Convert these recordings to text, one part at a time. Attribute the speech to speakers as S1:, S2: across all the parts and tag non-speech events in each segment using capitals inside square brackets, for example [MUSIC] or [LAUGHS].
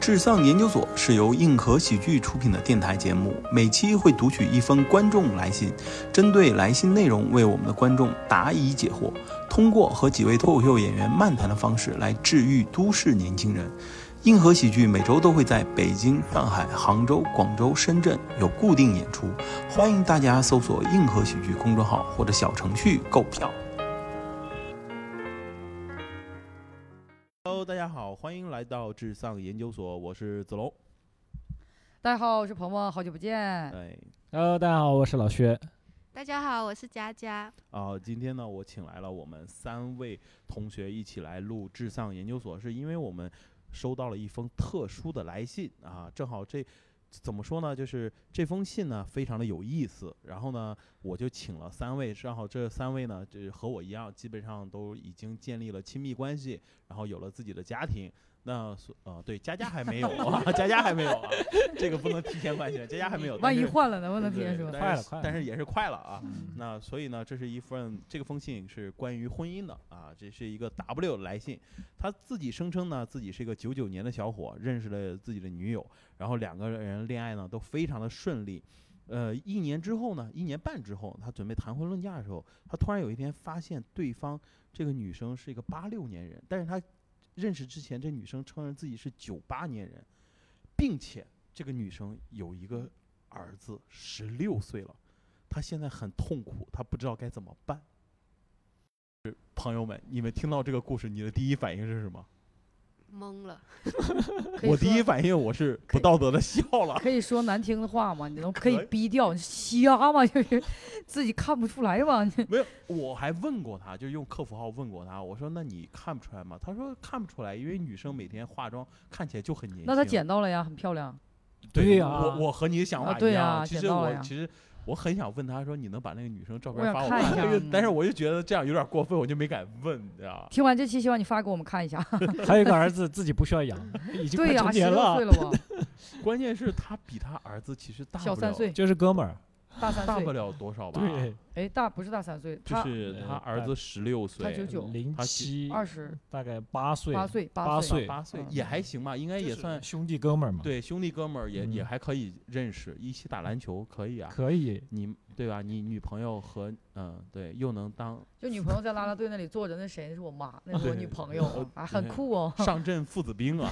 S1: 智丧研究所是由硬核喜剧出品的电台节目，每期会读取一封观众来信，针对来信内容为我们的观众答疑解惑，通过和几位脱口秀演员漫谈的方式来治愈都市年轻人。硬核喜剧每周都会在北京、上海、杭州、广州、深圳有固定演出，欢迎大家搜索“硬核喜剧”公众号或者小程序购票。
S2: Hello，大家好，欢迎来到至丧研究所，我是子龙。
S3: 大家好，我是鹏鹏，好久不见。
S2: 哎，
S4: Hello，大家好，我是老薛。
S5: 大家好，我是佳佳。
S2: 啊、今天呢，我请来了我们三位同学一起来录至丧研究所，是因为我们收到了一封特殊的来信啊，正好这怎么说呢，就是这封信呢非常的有意思，然后呢，我就请了三位，正好这三位呢，这和我一样，基本上都已经建立了亲密关系，然后有了自己的家庭。那所呃，对，佳佳还没有啊， [LAUGHS] 佳佳还没有啊，这个不能提前关心，佳佳还没有。但
S3: 万一
S2: 是
S3: 换了呢？我能提
S2: 对
S3: 前
S2: 对
S3: 说。
S2: 但
S4: 快
S2: 是
S4: 了快了
S2: 但是也是快了啊。
S3: 嗯
S2: 那所以呢，这是一份这个封信是关于婚姻的啊，这是一个 W 来信，他自己声称呢自己是一个九九年的小伙，认识了自己的女友，然后两个人恋爱呢都非常的顺利。呃，一年之后呢，一年半之后，他准备谈婚论嫁的时候，他突然有一天发现对方这个女生是一个八六年人，但是他认识之前，这女生承认自己是九八年人，并且这个女生有一个儿子，十六岁了，她现在很痛苦，她不知道该怎么办。是朋友们，你们听到这个故事，你的第一反应是什么？
S5: 懵了，
S3: 可以
S2: 我第一
S3: 说
S2: 反应我是
S3: 可
S2: 不
S3: 以
S2: 道德的笑
S3: [LAUGHS]
S2: 了。
S3: 可以说难听的话吗？你能可
S2: 可
S3: 以
S2: 以
S3: 逼掉？你瞎吗？ [LAUGHS] 就是自己看不出来吗？你
S2: 没有，我还问过他，就用客服号问过他，我说：“那你看不出来吗？”他说：“看不出来，因为女生每天化妆看起来就很年轻。”
S3: [LAUGHS] 那他捡到了呀，很漂亮。
S4: 对呀
S2: 我我和你的想
S3: 啊
S2: 法一
S3: 对
S2: 样。
S3: 呀
S2: 其
S3: 捡
S2: 实
S3: 到了
S2: 我
S3: 呀
S2: 其实我很想问他说：“你能把那个女生照
S3: 我
S2: 片
S3: 想
S2: 发我
S3: 看一
S2: 看
S3: 下
S2: 一下？”但是
S3: 嗯
S2: 我就觉得这样有点过分，我就没敢问，你知道吧？
S3: 听完这期，希望你发给我们看一 [LAUGHS] 下。
S4: [LAUGHS] 还有一个儿子，自己不需
S3: [LAUGHS]
S4: 要养，已经
S3: 对
S4: 快
S3: 呀、
S4: 成
S3: 十
S4: 年
S3: 六
S4: 了
S3: 岁，了吧？
S2: [LAUGHS] 关键是他比他儿子其实大
S3: 小
S2: 不
S3: 三
S2: 了
S3: 岁，
S4: 就是哥们儿。
S3: 大三
S2: 大不
S3: 岁。
S2: 了多少吧？
S4: 对， [LAUGHS]
S3: 哎，大不是大三岁，
S2: 就
S3: 他
S2: 是
S4: 呃
S2: 他儿
S4: 大
S2: 子十六岁，
S3: 九九
S4: 零
S2: 他
S4: 七
S3: 二十
S4: 大概八岁，
S3: 八岁，
S4: 八
S3: 岁。
S4: 岁
S2: 八岁
S3: 嗯
S2: 也还行吧，应该
S4: 就
S2: 也
S4: 是
S2: 算
S4: 兄弟哥们儿嘛。，
S2: 对兄弟哥们儿也也
S4: 嗯
S2: 还可以认识，一起打篮球可以啊。
S4: 可以。
S2: 你对吧？你女朋友和嗯对，又能当
S3: 就女朋友在啦啦队那里坐着，那谁？那是我妈，那是我
S2: 对
S3: 女朋友啊，很
S2: 对
S3: 酷哦。
S2: 上阵父子兵啊。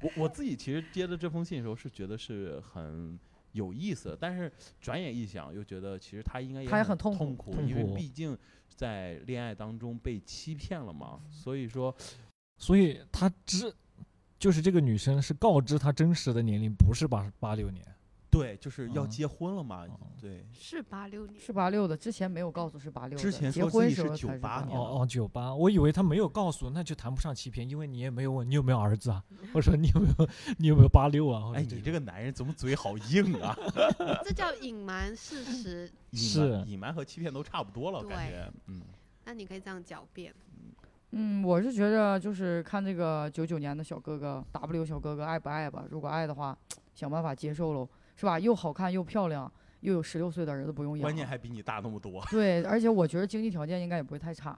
S2: 我我自己其实接到这封信的时候是觉得是很有意思，但是转眼一想又觉得其实他应该也
S3: 他也很
S2: 痛
S3: 痛
S2: 苦，
S4: 痛
S2: 因为
S4: 苦
S2: 毕竟在恋爱当中被欺骗了嘛，所以说
S4: 所以他知，就是这个女生是告知他真实的年龄不是八八六年，
S2: 对就是要
S4: 嗯
S2: 结婚了嘛，
S4: 哦
S2: 对
S5: 是八六年，
S3: 是八六的，之前没有告诉是八六的，
S2: 之前
S3: 结
S2: 说自
S3: 婚
S2: 己
S3: 时
S2: 是
S3: 候才
S2: 98
S3: 八
S2: 年
S3: 六
S2: 的
S4: 哦哦，九八，我以为他没有告诉，那就谈不上欺骗，因为你也没有问你有没有儿子啊。我说你有没有你有没有八六啊？或者
S2: 哎，你这个男人怎么嘴好硬
S4: [LAUGHS]
S2: 啊？
S5: [LAUGHS] 这叫隐瞒事实。
S2: 隐瞒
S4: 是
S2: 隐瞒和欺骗都差不多了，感
S5: 对
S2: 觉嗯，
S5: 那你可以这样狡辩，
S3: 嗯，我是觉着就是看这个九九年的小哥哥 W 小哥哥爱不爱吧，如果爱的话，想办法接受喽，是吧？又好看又漂亮，又有十六岁的儿子不用养，
S2: 关键还比你大那么多，
S3: 对，而且我觉得经济条件应该也不会太差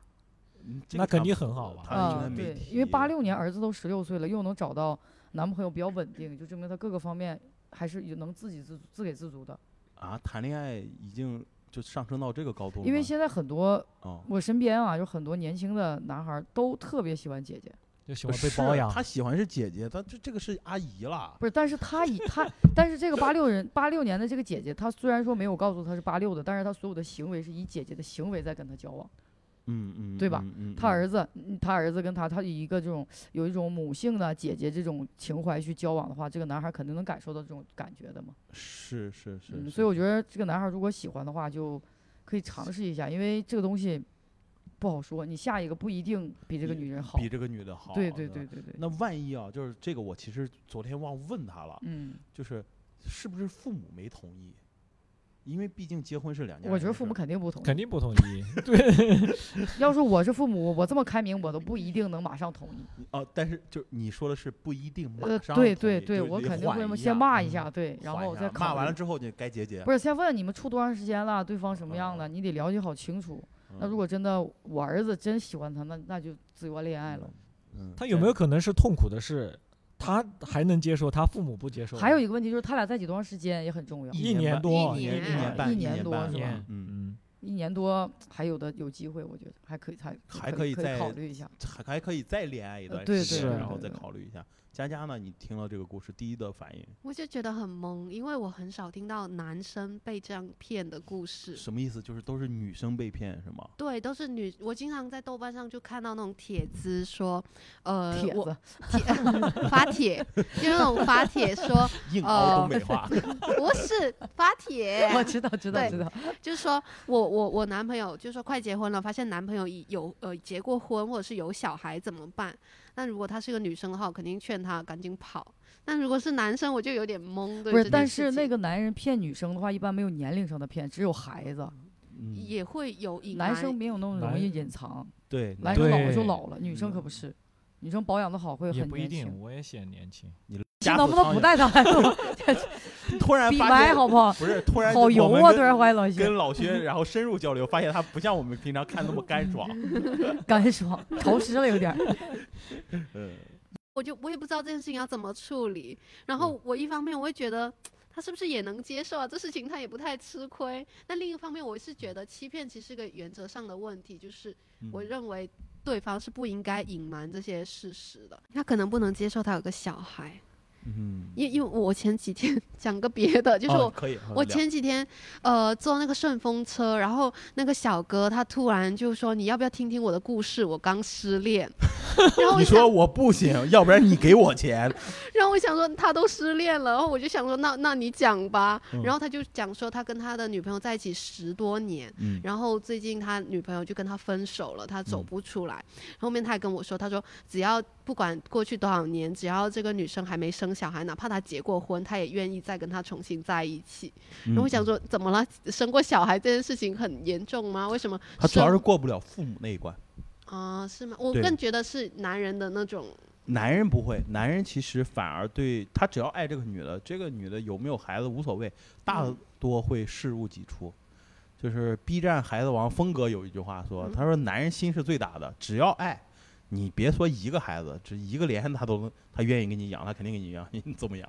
S2: 嗯这
S4: 那
S2: 个
S4: 肯
S2: 差
S4: 定
S2: 不多
S4: 很好吧
S2: 他应
S3: 啊、
S2: 该没
S3: 对，
S2: 提
S3: 因为八六年儿子都十六岁了，又能找到男朋友比较稳定，就证明他各个方面还是有能自给自足自给自足的。
S2: 啊，谈恋爱已经就上升到这个高度了吗，
S3: 因为现在很多
S2: 哦
S3: 我身边啊，有很多年轻的男孩儿都特别喜欢姐姐。
S4: 就喜欢被
S2: 是
S3: [LAUGHS]
S4: 包养。
S3: 啊
S2: 他喜欢是姐姐，他这这个是阿姨了。
S3: 不是，但是他以他，但是这个八六人八六年的这个姐姐，她虽然说没有告诉她是八六的，但是她所有的行为是以姐姐的行为在跟她交往。
S2: 嗯嗯，
S3: 对吧
S2: 嗯？嗯
S3: 她儿
S2: 子
S3: 子，嗯她儿子跟她，她以一个这种有一种母性的姐姐这种情怀去交往的话，这个男孩肯定能感受到这种感觉的嘛。
S2: 是是是
S3: 嗯，
S2: 是，
S3: 所以我觉得这个男孩如果喜欢的话，就可以尝试一下，因为这个东西不好说，你下一个不一定比这个
S2: 也
S3: 女人好。
S2: 比这个女的好。
S3: 对对
S2: 吧
S3: 对。对对，
S2: 那万一啊，就是这个，我其实昨天忘问他了，
S3: 嗯，
S2: 就是是不是父母没同意？因为毕竟结婚是两家人的事儿。
S3: 我觉得父母肯定不同意
S4: 肯。定不同意，对，
S3: 要是我是父母，我这么开明，我都不一定能马上同意。
S2: 哦，但是就你说的是不一定马
S3: 呃，
S2: 上
S3: 对
S2: 同
S3: 对
S2: 意
S3: 对，
S2: 就是
S3: 我
S2: 得
S3: 肯定
S2: 缓
S3: 会
S2: 一
S3: 先
S2: 下
S3: 骂一
S4: 嗯
S3: 下，对，然
S2: 缓
S3: 后
S2: 一
S3: 我
S2: 下
S3: 再
S2: 骂
S3: 考
S2: 完了
S3: 虑。
S2: 之后就该结结。
S3: 不是，先问你们处多长时间了，对方什么样的，
S2: 嗯
S3: 你得了解好清楚。那
S2: 嗯
S3: 如果真的我儿子真喜欢他，那那就自由恋爱了。
S2: 嗯嗯
S4: 他有没有可能是痛苦的是，他还能接受，他父母不接受呢？
S3: 还有一个问题就是他俩在一起多长时间也很重要，
S4: 一
S2: 年
S4: 年
S2: 半
S4: 多，啊
S5: 一
S2: 一
S5: 年
S2: 一年半，
S3: 一
S2: 一
S3: 年多
S2: 半
S3: 是吧
S2: 嗯嗯，
S4: 嗯，
S3: 一年多还有的有机会，我觉得还可以，还
S2: 还
S3: 可
S2: 可以
S3: 可
S2: 再
S3: 以考虑一下。
S2: 还还可以再恋爱一段
S3: 呃对
S2: 时间，
S4: 对对
S2: 然后
S3: 对
S2: 再
S3: 对
S2: 考虑一下。佳佳呢，你听了这个故事，第一的反应
S5: 我就觉得很懵，因为我很少听到男生被这样骗的故事。
S2: 什么意思？就是都是女生被骗是吗？
S5: 对，都是女。我经常在豆瓣上就看到那种帖子说，呃，
S3: 帖
S5: 我
S3: 子，
S5: 帖 [LAUGHS] 发帖， [LAUGHS] 就那种发帖 [LAUGHS] 说，
S2: 硬
S5: 呃
S2: 熬东北话，
S3: 哦
S5: 不是发帖，
S3: 我知道，知道，
S5: 哎对
S3: 知道，
S5: 就是说我我我男朋友就是说快结婚了，发现男朋友已有呃结过婚或者是有小孩怎么办？那如果她是个女生的话，我肯定劝她赶紧跑。那如果是男生，我就有点懵。对
S3: 不是。
S5: 这件
S3: 但
S5: 事
S3: 是那
S5: 情
S3: 个男人骗女生的话，一般没有年龄上的骗，只有孩子。
S2: 嗯，
S5: 也会有隐
S3: 男
S5: 瞒
S3: 生没有那么容易
S4: 男
S3: 隐藏， [LAUGHS]
S2: 对，
S3: 男
S2: 对
S3: 生老了就
S4: 对
S3: 老了，女生可不是，女生保养的好会
S4: 也
S3: 很
S4: 不一
S3: 年轻
S4: 定，。我也显年轻。
S2: 你
S3: 这
S2: 夹
S3: 能
S2: 死
S3: 不能
S2: 苍
S3: 不
S2: 蝇
S3: 带他来录？
S2: 突然
S3: 闭
S2: 发
S3: 麦
S2: 现
S3: 好不好？
S2: 不是突然
S3: 好油
S2: 我们
S3: 啊！突
S2: 跟
S3: 然怀老师
S2: 跟老薛然后深入交流，发现他不像我们平常看那么干
S5: [LAUGHS]
S2: 爽。
S3: 干爽，潮湿了有点儿。
S2: 嗯，
S5: 我就我也不知道这件事情要怎么处理。
S3: 嗯
S5: 然后我一方面我会觉得他是不是也能接受啊，这事情他也不太吃亏。那另一方面，我是觉得欺骗其实是个原则上的问题，就是
S2: 嗯
S5: 我认为对方是不应该隐瞒这些事实的。他可能不能接受他有个小孩，
S2: 嗯，
S5: 因因为我前几天 [LAUGHS] 讲个别的，就是我
S2: 啊可以，好
S5: 我
S2: 聊
S5: 前几天，呃，坐那个顺风车，然后那个小哥他突然就说：“你要不要听听我的故事？我刚失
S2: [LAUGHS]
S5: 恋。”然后我
S2: 你
S5: 想，
S2: 说我不行，要不然你给我钱。
S5: 然后我想说他都失恋了，然后我就想说那那你讲吧。
S2: 嗯
S5: 然后他就讲说他跟他的女朋友在一起十多年，
S2: 嗯
S5: 然后最近他女朋友就跟他分手了，他走不出来。后面他还跟我说，他说只要不管过去多少年，只要这个女生还没生小孩，哪怕她结过婚，他也愿意再跟她重新在一起。 [LAUGHS] 然后
S2: 嗯
S5: 我想，说，怎么了？生过小孩这件事情很严重吗？为什么
S2: 他主要
S5: 生
S2: 是过不了父母那一关。
S5: 啊、是吗？我
S2: 对
S5: 更觉得是男人的那种
S2: 男人不会，男人其实反而对他只要爱这个女的，这个女的有没有孩子无所
S5: 嗯
S2: 谓，大多会视如己出。就是 B 站孩子王峰哥有一句话说，
S5: 嗯
S2: 他说男人心是最大的，只要爱，你别说一个孩子，只一个连他都能，他愿意给你养，他肯定给你养， [LAUGHS] 你怎么养？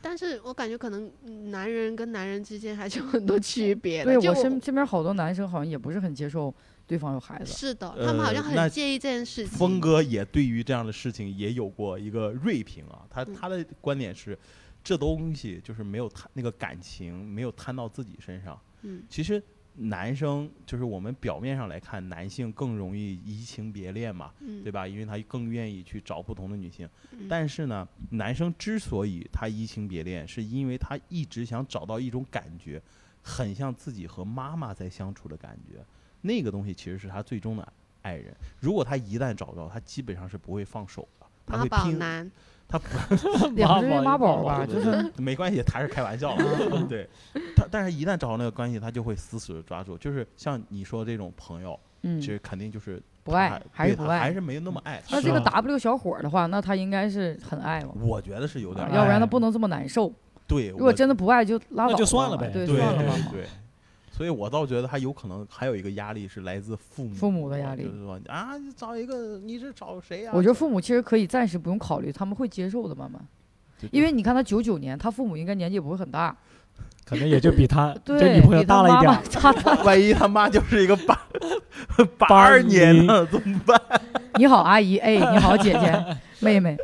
S5: 但是我感觉可能嗯男人跟男人之间还是有很多区别的。
S3: 对
S5: 就
S3: 我身身边好多男生好像也不是很接受对方有孩子，
S5: 是的，
S2: 呃
S5: 他们好像很
S2: 那
S5: 介意这件事情。
S2: 峰哥也对于这样的事情也有过一个锐评啊，他
S5: 嗯
S2: 他的观点是，这东西就是没有摊那个感情没有摊到自己身上。
S5: 嗯，
S2: 其实男生就是我们表面上来看，男性更容易移情别恋嘛，
S5: 嗯，
S2: 对吧？因为他更愿意去找不同的女性。
S5: 嗯
S2: 但是呢，男生之所以他移情别恋，是因为他一直想找到一种感觉，很像自己和妈妈在相处的感觉。那个东西其实是他最终的爱人。如果他一旦找到，他基本上是不会放手的。他
S5: 妈
S2: 会
S5: 宝
S2: 拼，
S5: 男，
S2: 他不
S3: 也不是因为妈
S4: 妈宝
S3: 宝吧，啊就
S2: 对
S3: 是
S2: 对对 [LAUGHS] 没关系，他是开玩笑啊， [LAUGHS] 对，他但是一旦找到那个关系，他就会死死的抓住，就是像你说这种朋友，
S3: 嗯
S2: 其实肯定就是
S3: 不爱
S2: 他
S3: 还是
S2: 对他
S3: 不爱嗯
S2: 还。是没有那么爱。
S3: 那
S2: 是
S3: 这个
S4: 啊
S3: W 小伙儿的话，那他应该是很爱嘛，
S2: 我觉得是有点
S3: 啊
S2: 爱，
S3: 要不然他不能这么难受。
S2: 对，
S3: 如果
S2: 我
S3: 真的不爱就拉倒
S4: 那就算
S3: 了
S4: 了
S3: 嘛
S4: 呗
S3: 对，
S2: 对
S3: 算了吧。
S2: 对对。所以我倒觉得他有可能还有一个压力是来自父母
S3: 父母的压力
S2: 就是说啊，你找一个你是找谁呀、
S3: 我觉得父母其实可以暂时不用考虑，他们会接受的，慢慢。因为你看他九九年，他父母应该年纪也不会很大，
S4: 可能也就比 [LAUGHS] 他这
S3: 对，
S4: 女朋友
S3: 比他
S4: 大了一
S3: 妈
S4: 点
S3: 妈
S4: 儿，
S3: 大大。 [LAUGHS]
S2: 万一他妈就是一个八八二年的怎么办？
S3: 你好，阿姨，哎，你好，姐
S4: [LAUGHS]
S3: 姐，妹妹。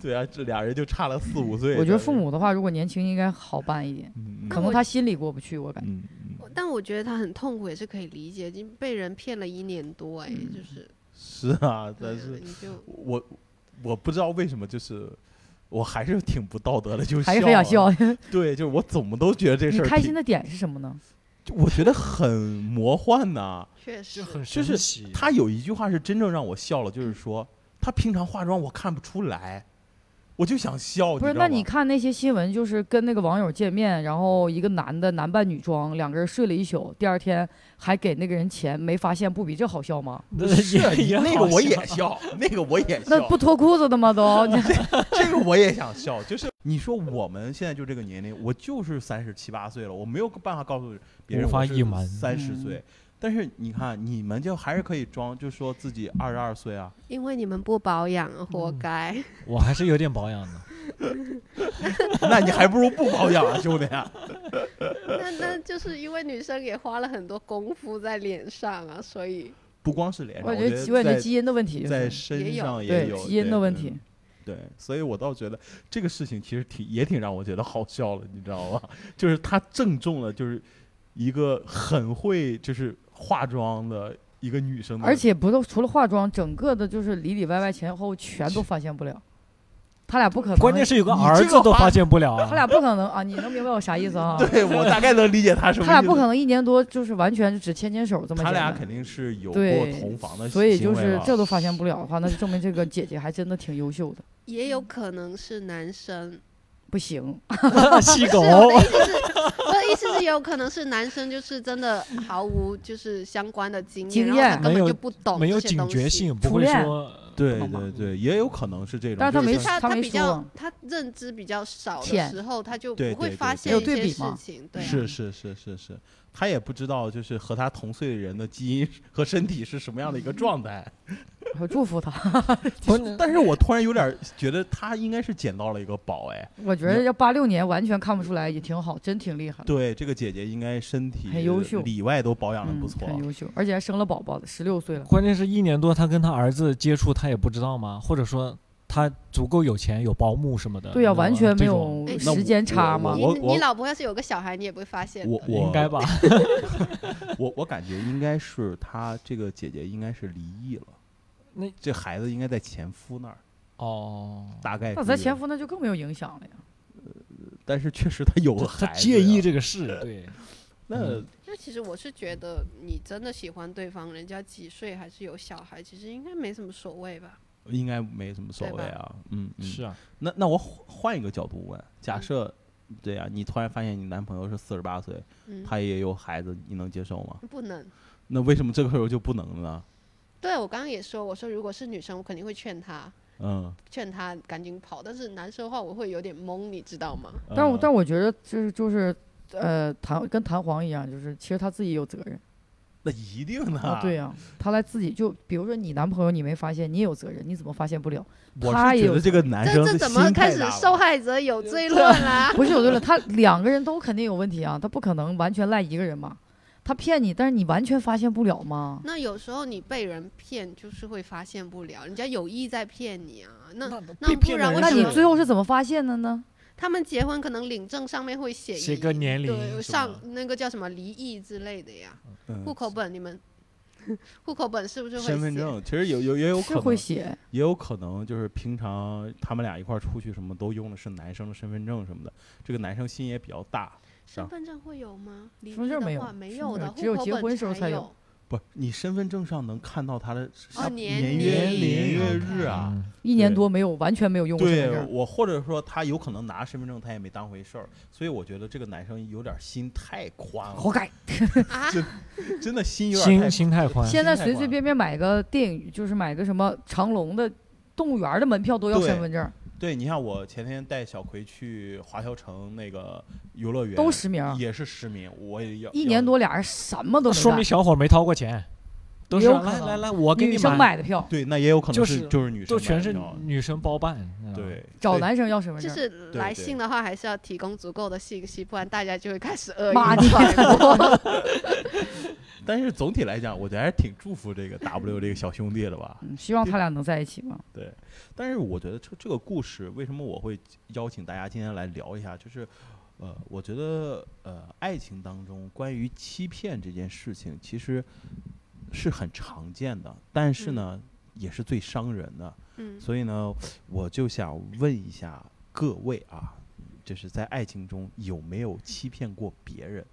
S2: 对啊，这俩人就差了四五岁。
S3: 我觉
S2: 这
S3: 得父母的话，如果年轻应该好办一点，
S2: 嗯，嗯
S3: 可能他心里过不去，我感觉。
S2: 嗯嗯，
S5: 我但我觉得他很痛苦，也是可以理解，已经被人骗了一年多，哎，就是，
S2: 是
S3: [LAUGHS]
S2: 啊，但
S5: 对啊
S2: 是
S5: 你就
S2: 我我不知道为什么，就是我还是挺不道德的，就
S3: 还是很想笑
S2: 了。。对，就是我怎么都觉得这啊
S3: 你
S2: 事儿挺，
S3: 开心的点是什么呢？
S2: 就我觉得很魔幻呐、
S5: 确实
S4: 就很
S2: 就
S4: 神
S2: 是 [LAUGHS]
S4: 奇。
S2: 他有一句话是真正让我笑了，就是说他平常化妆我看不出来，我就想笑。
S3: 不是，
S2: 知
S3: 那
S2: 道啊
S3: 你
S2: 吗
S3: 看那些新闻，就是跟那个网友见面，然后一个男的男扮女装，两个人睡了一宿，第二天还给那个人钱，没发现不比这好笑吗？
S4: 也也
S2: 那个
S4: 好
S2: 我
S4: 笑
S2: 也笑，那个我也
S3: [LAUGHS] 那
S2: 笑
S3: 不，脱裤子
S2: [LAUGHS]
S3: 的吗？都， [LAUGHS] 你
S2: 这个我也想笑。就是你说我们现在就这个年龄，我就是三十七八岁了，我没有办法告诉别人
S4: 无法
S2: 我是
S4: 隐瞒
S3: 嗯
S2: 三十岁。但是你看，你们就还是可以装，就说自己二十二岁啊， [LAUGHS]
S5: 因为你们不保养，活
S4: 嗯
S5: 该。
S4: 我还是有点保养的。
S2: 那你还不如不保养啊，兄弟
S3: [LAUGHS]
S2: 啊。
S5: 那那就是因为女生也花了很多功夫在脸上啊，所以
S2: 不光是脸上，
S3: 我
S2: 觉
S3: 觉
S2: 得
S3: 得，我感觉
S2: 在
S3: 基因的问题、就
S2: 在
S3: 是，
S2: 身
S5: 也有
S2: 上也
S3: 对
S2: 有
S3: 基因的问题。
S2: 对。嗯对，所以我倒觉得这个事情其实挺也挺让我觉得好笑了，你知道吧？ [LAUGHS] 就是他正中了就是一个很会就是化妆的一个女生的，
S3: 而且不都除了化妆，整个的就是里里外外前后全都发现不了。他俩不可能，
S4: 关键是有个
S2: 你
S4: 儿
S2: 这
S4: 子
S2: 个
S4: 都
S2: 话
S4: 发现不了
S3: 他
S4: 啊。
S3: 俩不可能啊！你能明白我啥意思啊？
S2: [LAUGHS] 对我大概能理解他什么意思。
S3: 他俩不可能一年多就是完全只牵牵手这么
S2: 他
S3: 简
S2: 俩
S3: 单。
S2: 肯定是有过
S3: 对
S2: 同房的行
S3: 所
S2: 为
S3: 以就是
S2: 吧
S3: 这都发现不了的话，那就证明这个姐姐还真的挺优秀的。
S5: 也有可能是男生。
S3: 不行，
S4: [LAUGHS] 细
S5: 是
S4: 狗，哦
S5: 我的意思是，我的意思是，也有可能是男生就是真的毫无就是相关的经验，
S3: 经
S5: 然后
S3: 验
S5: 他根
S4: 没
S5: 本
S4: 有
S5: 就不懂
S4: 没有
S5: 这些
S4: 警
S5: 东
S4: 觉
S5: 西。
S4: 性，不
S3: 初
S4: 会
S3: 恋
S4: 说
S2: 对
S3: 懂吗
S2: 对对，也有可能是这种。
S3: 但是他
S2: 就是
S3: 没
S5: 就
S2: 像
S5: 是
S3: 他
S5: 他
S3: 没
S5: 比
S3: 说
S5: 较他认知比较少的
S3: 浅
S5: 时候，他就
S2: 对
S5: 不会
S2: 对
S5: 发
S2: 对
S5: 现
S3: 有
S5: 一
S3: 对
S5: 些
S3: 比
S5: 事
S3: 嘛
S5: 情。对啊，
S2: 是是是是是，他也不知道就是和他同岁的人的基因和身体是什么样的一个状
S3: 嗯
S2: 态。
S3: 我祝福他。
S4: 不是
S2: 但是我突然有点觉得他应该是捡到了一个宝哎。
S3: [LAUGHS] 我觉得要八六年完全看不出来也挺好，真挺厉害的，
S2: 对，这个姐姐应该身体
S3: 很优秀
S2: 里外都保养的不错。
S3: 嗯
S2: 啊
S3: 很优秀，而且还生了宝宝，十六岁了。
S4: 关键是一年多，他跟他儿子接触，他也不知道吗？或者说他足够有钱，有保姆什么
S2: 嗯
S4: 的？
S3: 对呀、
S4: 你知道
S3: 完
S4: 吗
S3: 全没。
S4: 这种
S3: 有
S5: 哎
S2: 那我
S3: 时间差嘛
S2: 啊我。
S5: 你你老婆要是有个小孩，你也不会发现
S2: 我
S5: 的。
S2: 我
S4: 应该吧？
S2: 我我感觉应该是她这个姐姐应该是离异了，
S4: 那
S2: 这孩子应该在前夫那儿，
S4: 哦，
S2: 大概。
S3: 那咱前，夫那就更没有影响了呀。
S2: 但是确实他有个
S4: [LAUGHS]
S2: 孩子，
S4: 他
S2: 啊呃
S4: 介意。这个事，对，嗯
S2: 那
S5: 那其实我是觉得，你真的喜欢对方，人家几岁还是有小孩，其实应该没什么所谓吧。
S2: 应该没什么所
S5: 对
S2: 谓
S5: 吧
S2: 啊。嗯，嗯
S4: 是啊，
S2: 那那我换换一个角度问，假
S5: 嗯
S2: 设，对呀、你突然发现你男朋友是四十八岁，
S5: 嗯，
S2: 他也有孩子，你能接受吗？
S5: 不能。
S2: 那为什么这个时候就不能呢？
S5: 对我刚刚也说，我说如果是女生，我肯定会劝她，
S2: 嗯，
S5: 劝她赶紧跑。但是男生的话，我会有点懵，你知道吗？
S3: 但我
S2: 呃
S3: 但我觉得就是就是，呃，弹跟弹簧一样，就是其实他自己也有责任
S2: 那一定的、
S3: 啊。对呀、他来自己就比如说你男朋友你没发现，你也有责任，你怎么发现不了？ [LAUGHS]
S2: 我
S3: 他
S2: 是
S3: 也
S2: 觉
S3: 有
S2: 得这个男
S5: 这
S2: 生
S5: 这
S2: 的
S5: 怎么
S2: 心
S5: 开
S2: 太
S5: 始
S2: 大
S5: 受
S2: 了。
S5: 害者有罪论啦、
S3: 不是有对了，他两个人都肯定有问题啊，他不可能完全赖一个人嘛。他骗你，但是你完全发现不了嘛。
S5: [LAUGHS] 那有时候你被人骗，就是会发现不了，人家有意在骗你啊。那那
S4: 被
S5: 不
S4: 骗的
S5: 然
S4: 人
S5: 为
S3: 那
S5: 什
S3: 你
S5: 么
S3: 最后是怎么发现的呢？
S5: 他们结婚可能领证上面会写
S4: 写
S5: 一
S4: 个年龄
S5: 对，
S4: 是吧
S5: 上那个叫什么离异之类的呀，
S2: 嗯
S5: 户口本你们户口本是不是会
S2: 身份
S5: 写？
S2: 证其实有有也有可
S3: 是
S2: 能
S3: 会，写，
S2: 也有可能就是平常他们俩一块儿出去什么都用的是男生的身份证什么的，这个男生心也比较大。
S5: 身份证会有吗？离
S3: 身份
S5: 异
S3: 证没
S5: 的
S3: 有
S5: 话没
S3: 身
S5: 有
S3: 份
S5: 的，
S3: 证只有
S5: 户口
S3: 结
S5: 本
S3: 婚时候才有
S5: 有。
S2: 不是你身份证上能看到他的
S5: 哦，
S2: 年
S5: 年
S4: 龄
S2: 年月日啊，
S4: 嗯
S3: 一年
S2: 对
S3: 多没有，完全没有用过身份
S2: 对
S3: 证。
S2: 我，或者说他有可能拿身份证，他也没当回事儿，所以我觉得这个男生有点心太宽
S3: 活
S2: 了，
S3: 该！
S2: [LAUGHS]
S5: 啊，
S2: 真的心有点
S4: 心
S2: 太
S4: 心态宽，
S3: 现在
S2: 心态
S3: 随
S2: 宽
S3: 随便便买个电影，就是买个什么长隆的动物园的门票都要
S2: 对
S3: 身份证，
S2: 对，你看我前天带小葵去华侨城那个游乐园，
S3: 都实名。
S2: 也是实名，我也要
S3: 一年，多俩人什么都
S4: 那
S3: 没
S4: 说明
S3: 干，
S4: 小伙没掏过钱，都是啊
S3: 也有可
S4: 来来
S3: 能
S4: 来，我给
S3: 女
S4: 你
S3: 生
S4: 买，
S3: 买的票
S2: 要，对，那也有可能
S4: 就是是
S2: 就是女生
S4: 都
S2: 买
S4: 全
S2: 的
S4: 是
S2: 你知道吗
S4: 女生包办，啊你知道吗，
S2: 对，
S3: 找
S2: 所以
S3: 男生要身份
S5: 就
S3: 证。
S5: 是
S2: 对
S5: 来
S2: 对
S5: 信的话，还是要提供足够的信息，不然大家就会
S3: [LAUGHS]
S5: 开始恶
S3: 骂
S5: 意
S3: 你
S5: 揣摩。
S2: 但是总体来讲，我觉得还是挺祝福这个 W 这个小兄弟的吧。
S3: 嗯，希望他俩能在一起吧。
S2: 但是我觉得这这个故事为什么我会邀请大家今天来聊一下，就是，呃，我觉得呃，爱情当中关于欺骗这件事情，其实是很常见的，但是呢，也是最伤人的。
S5: 嗯，
S2: 所以呢，我就想问一下各位啊，就是在爱情中有没有欺骗过别人，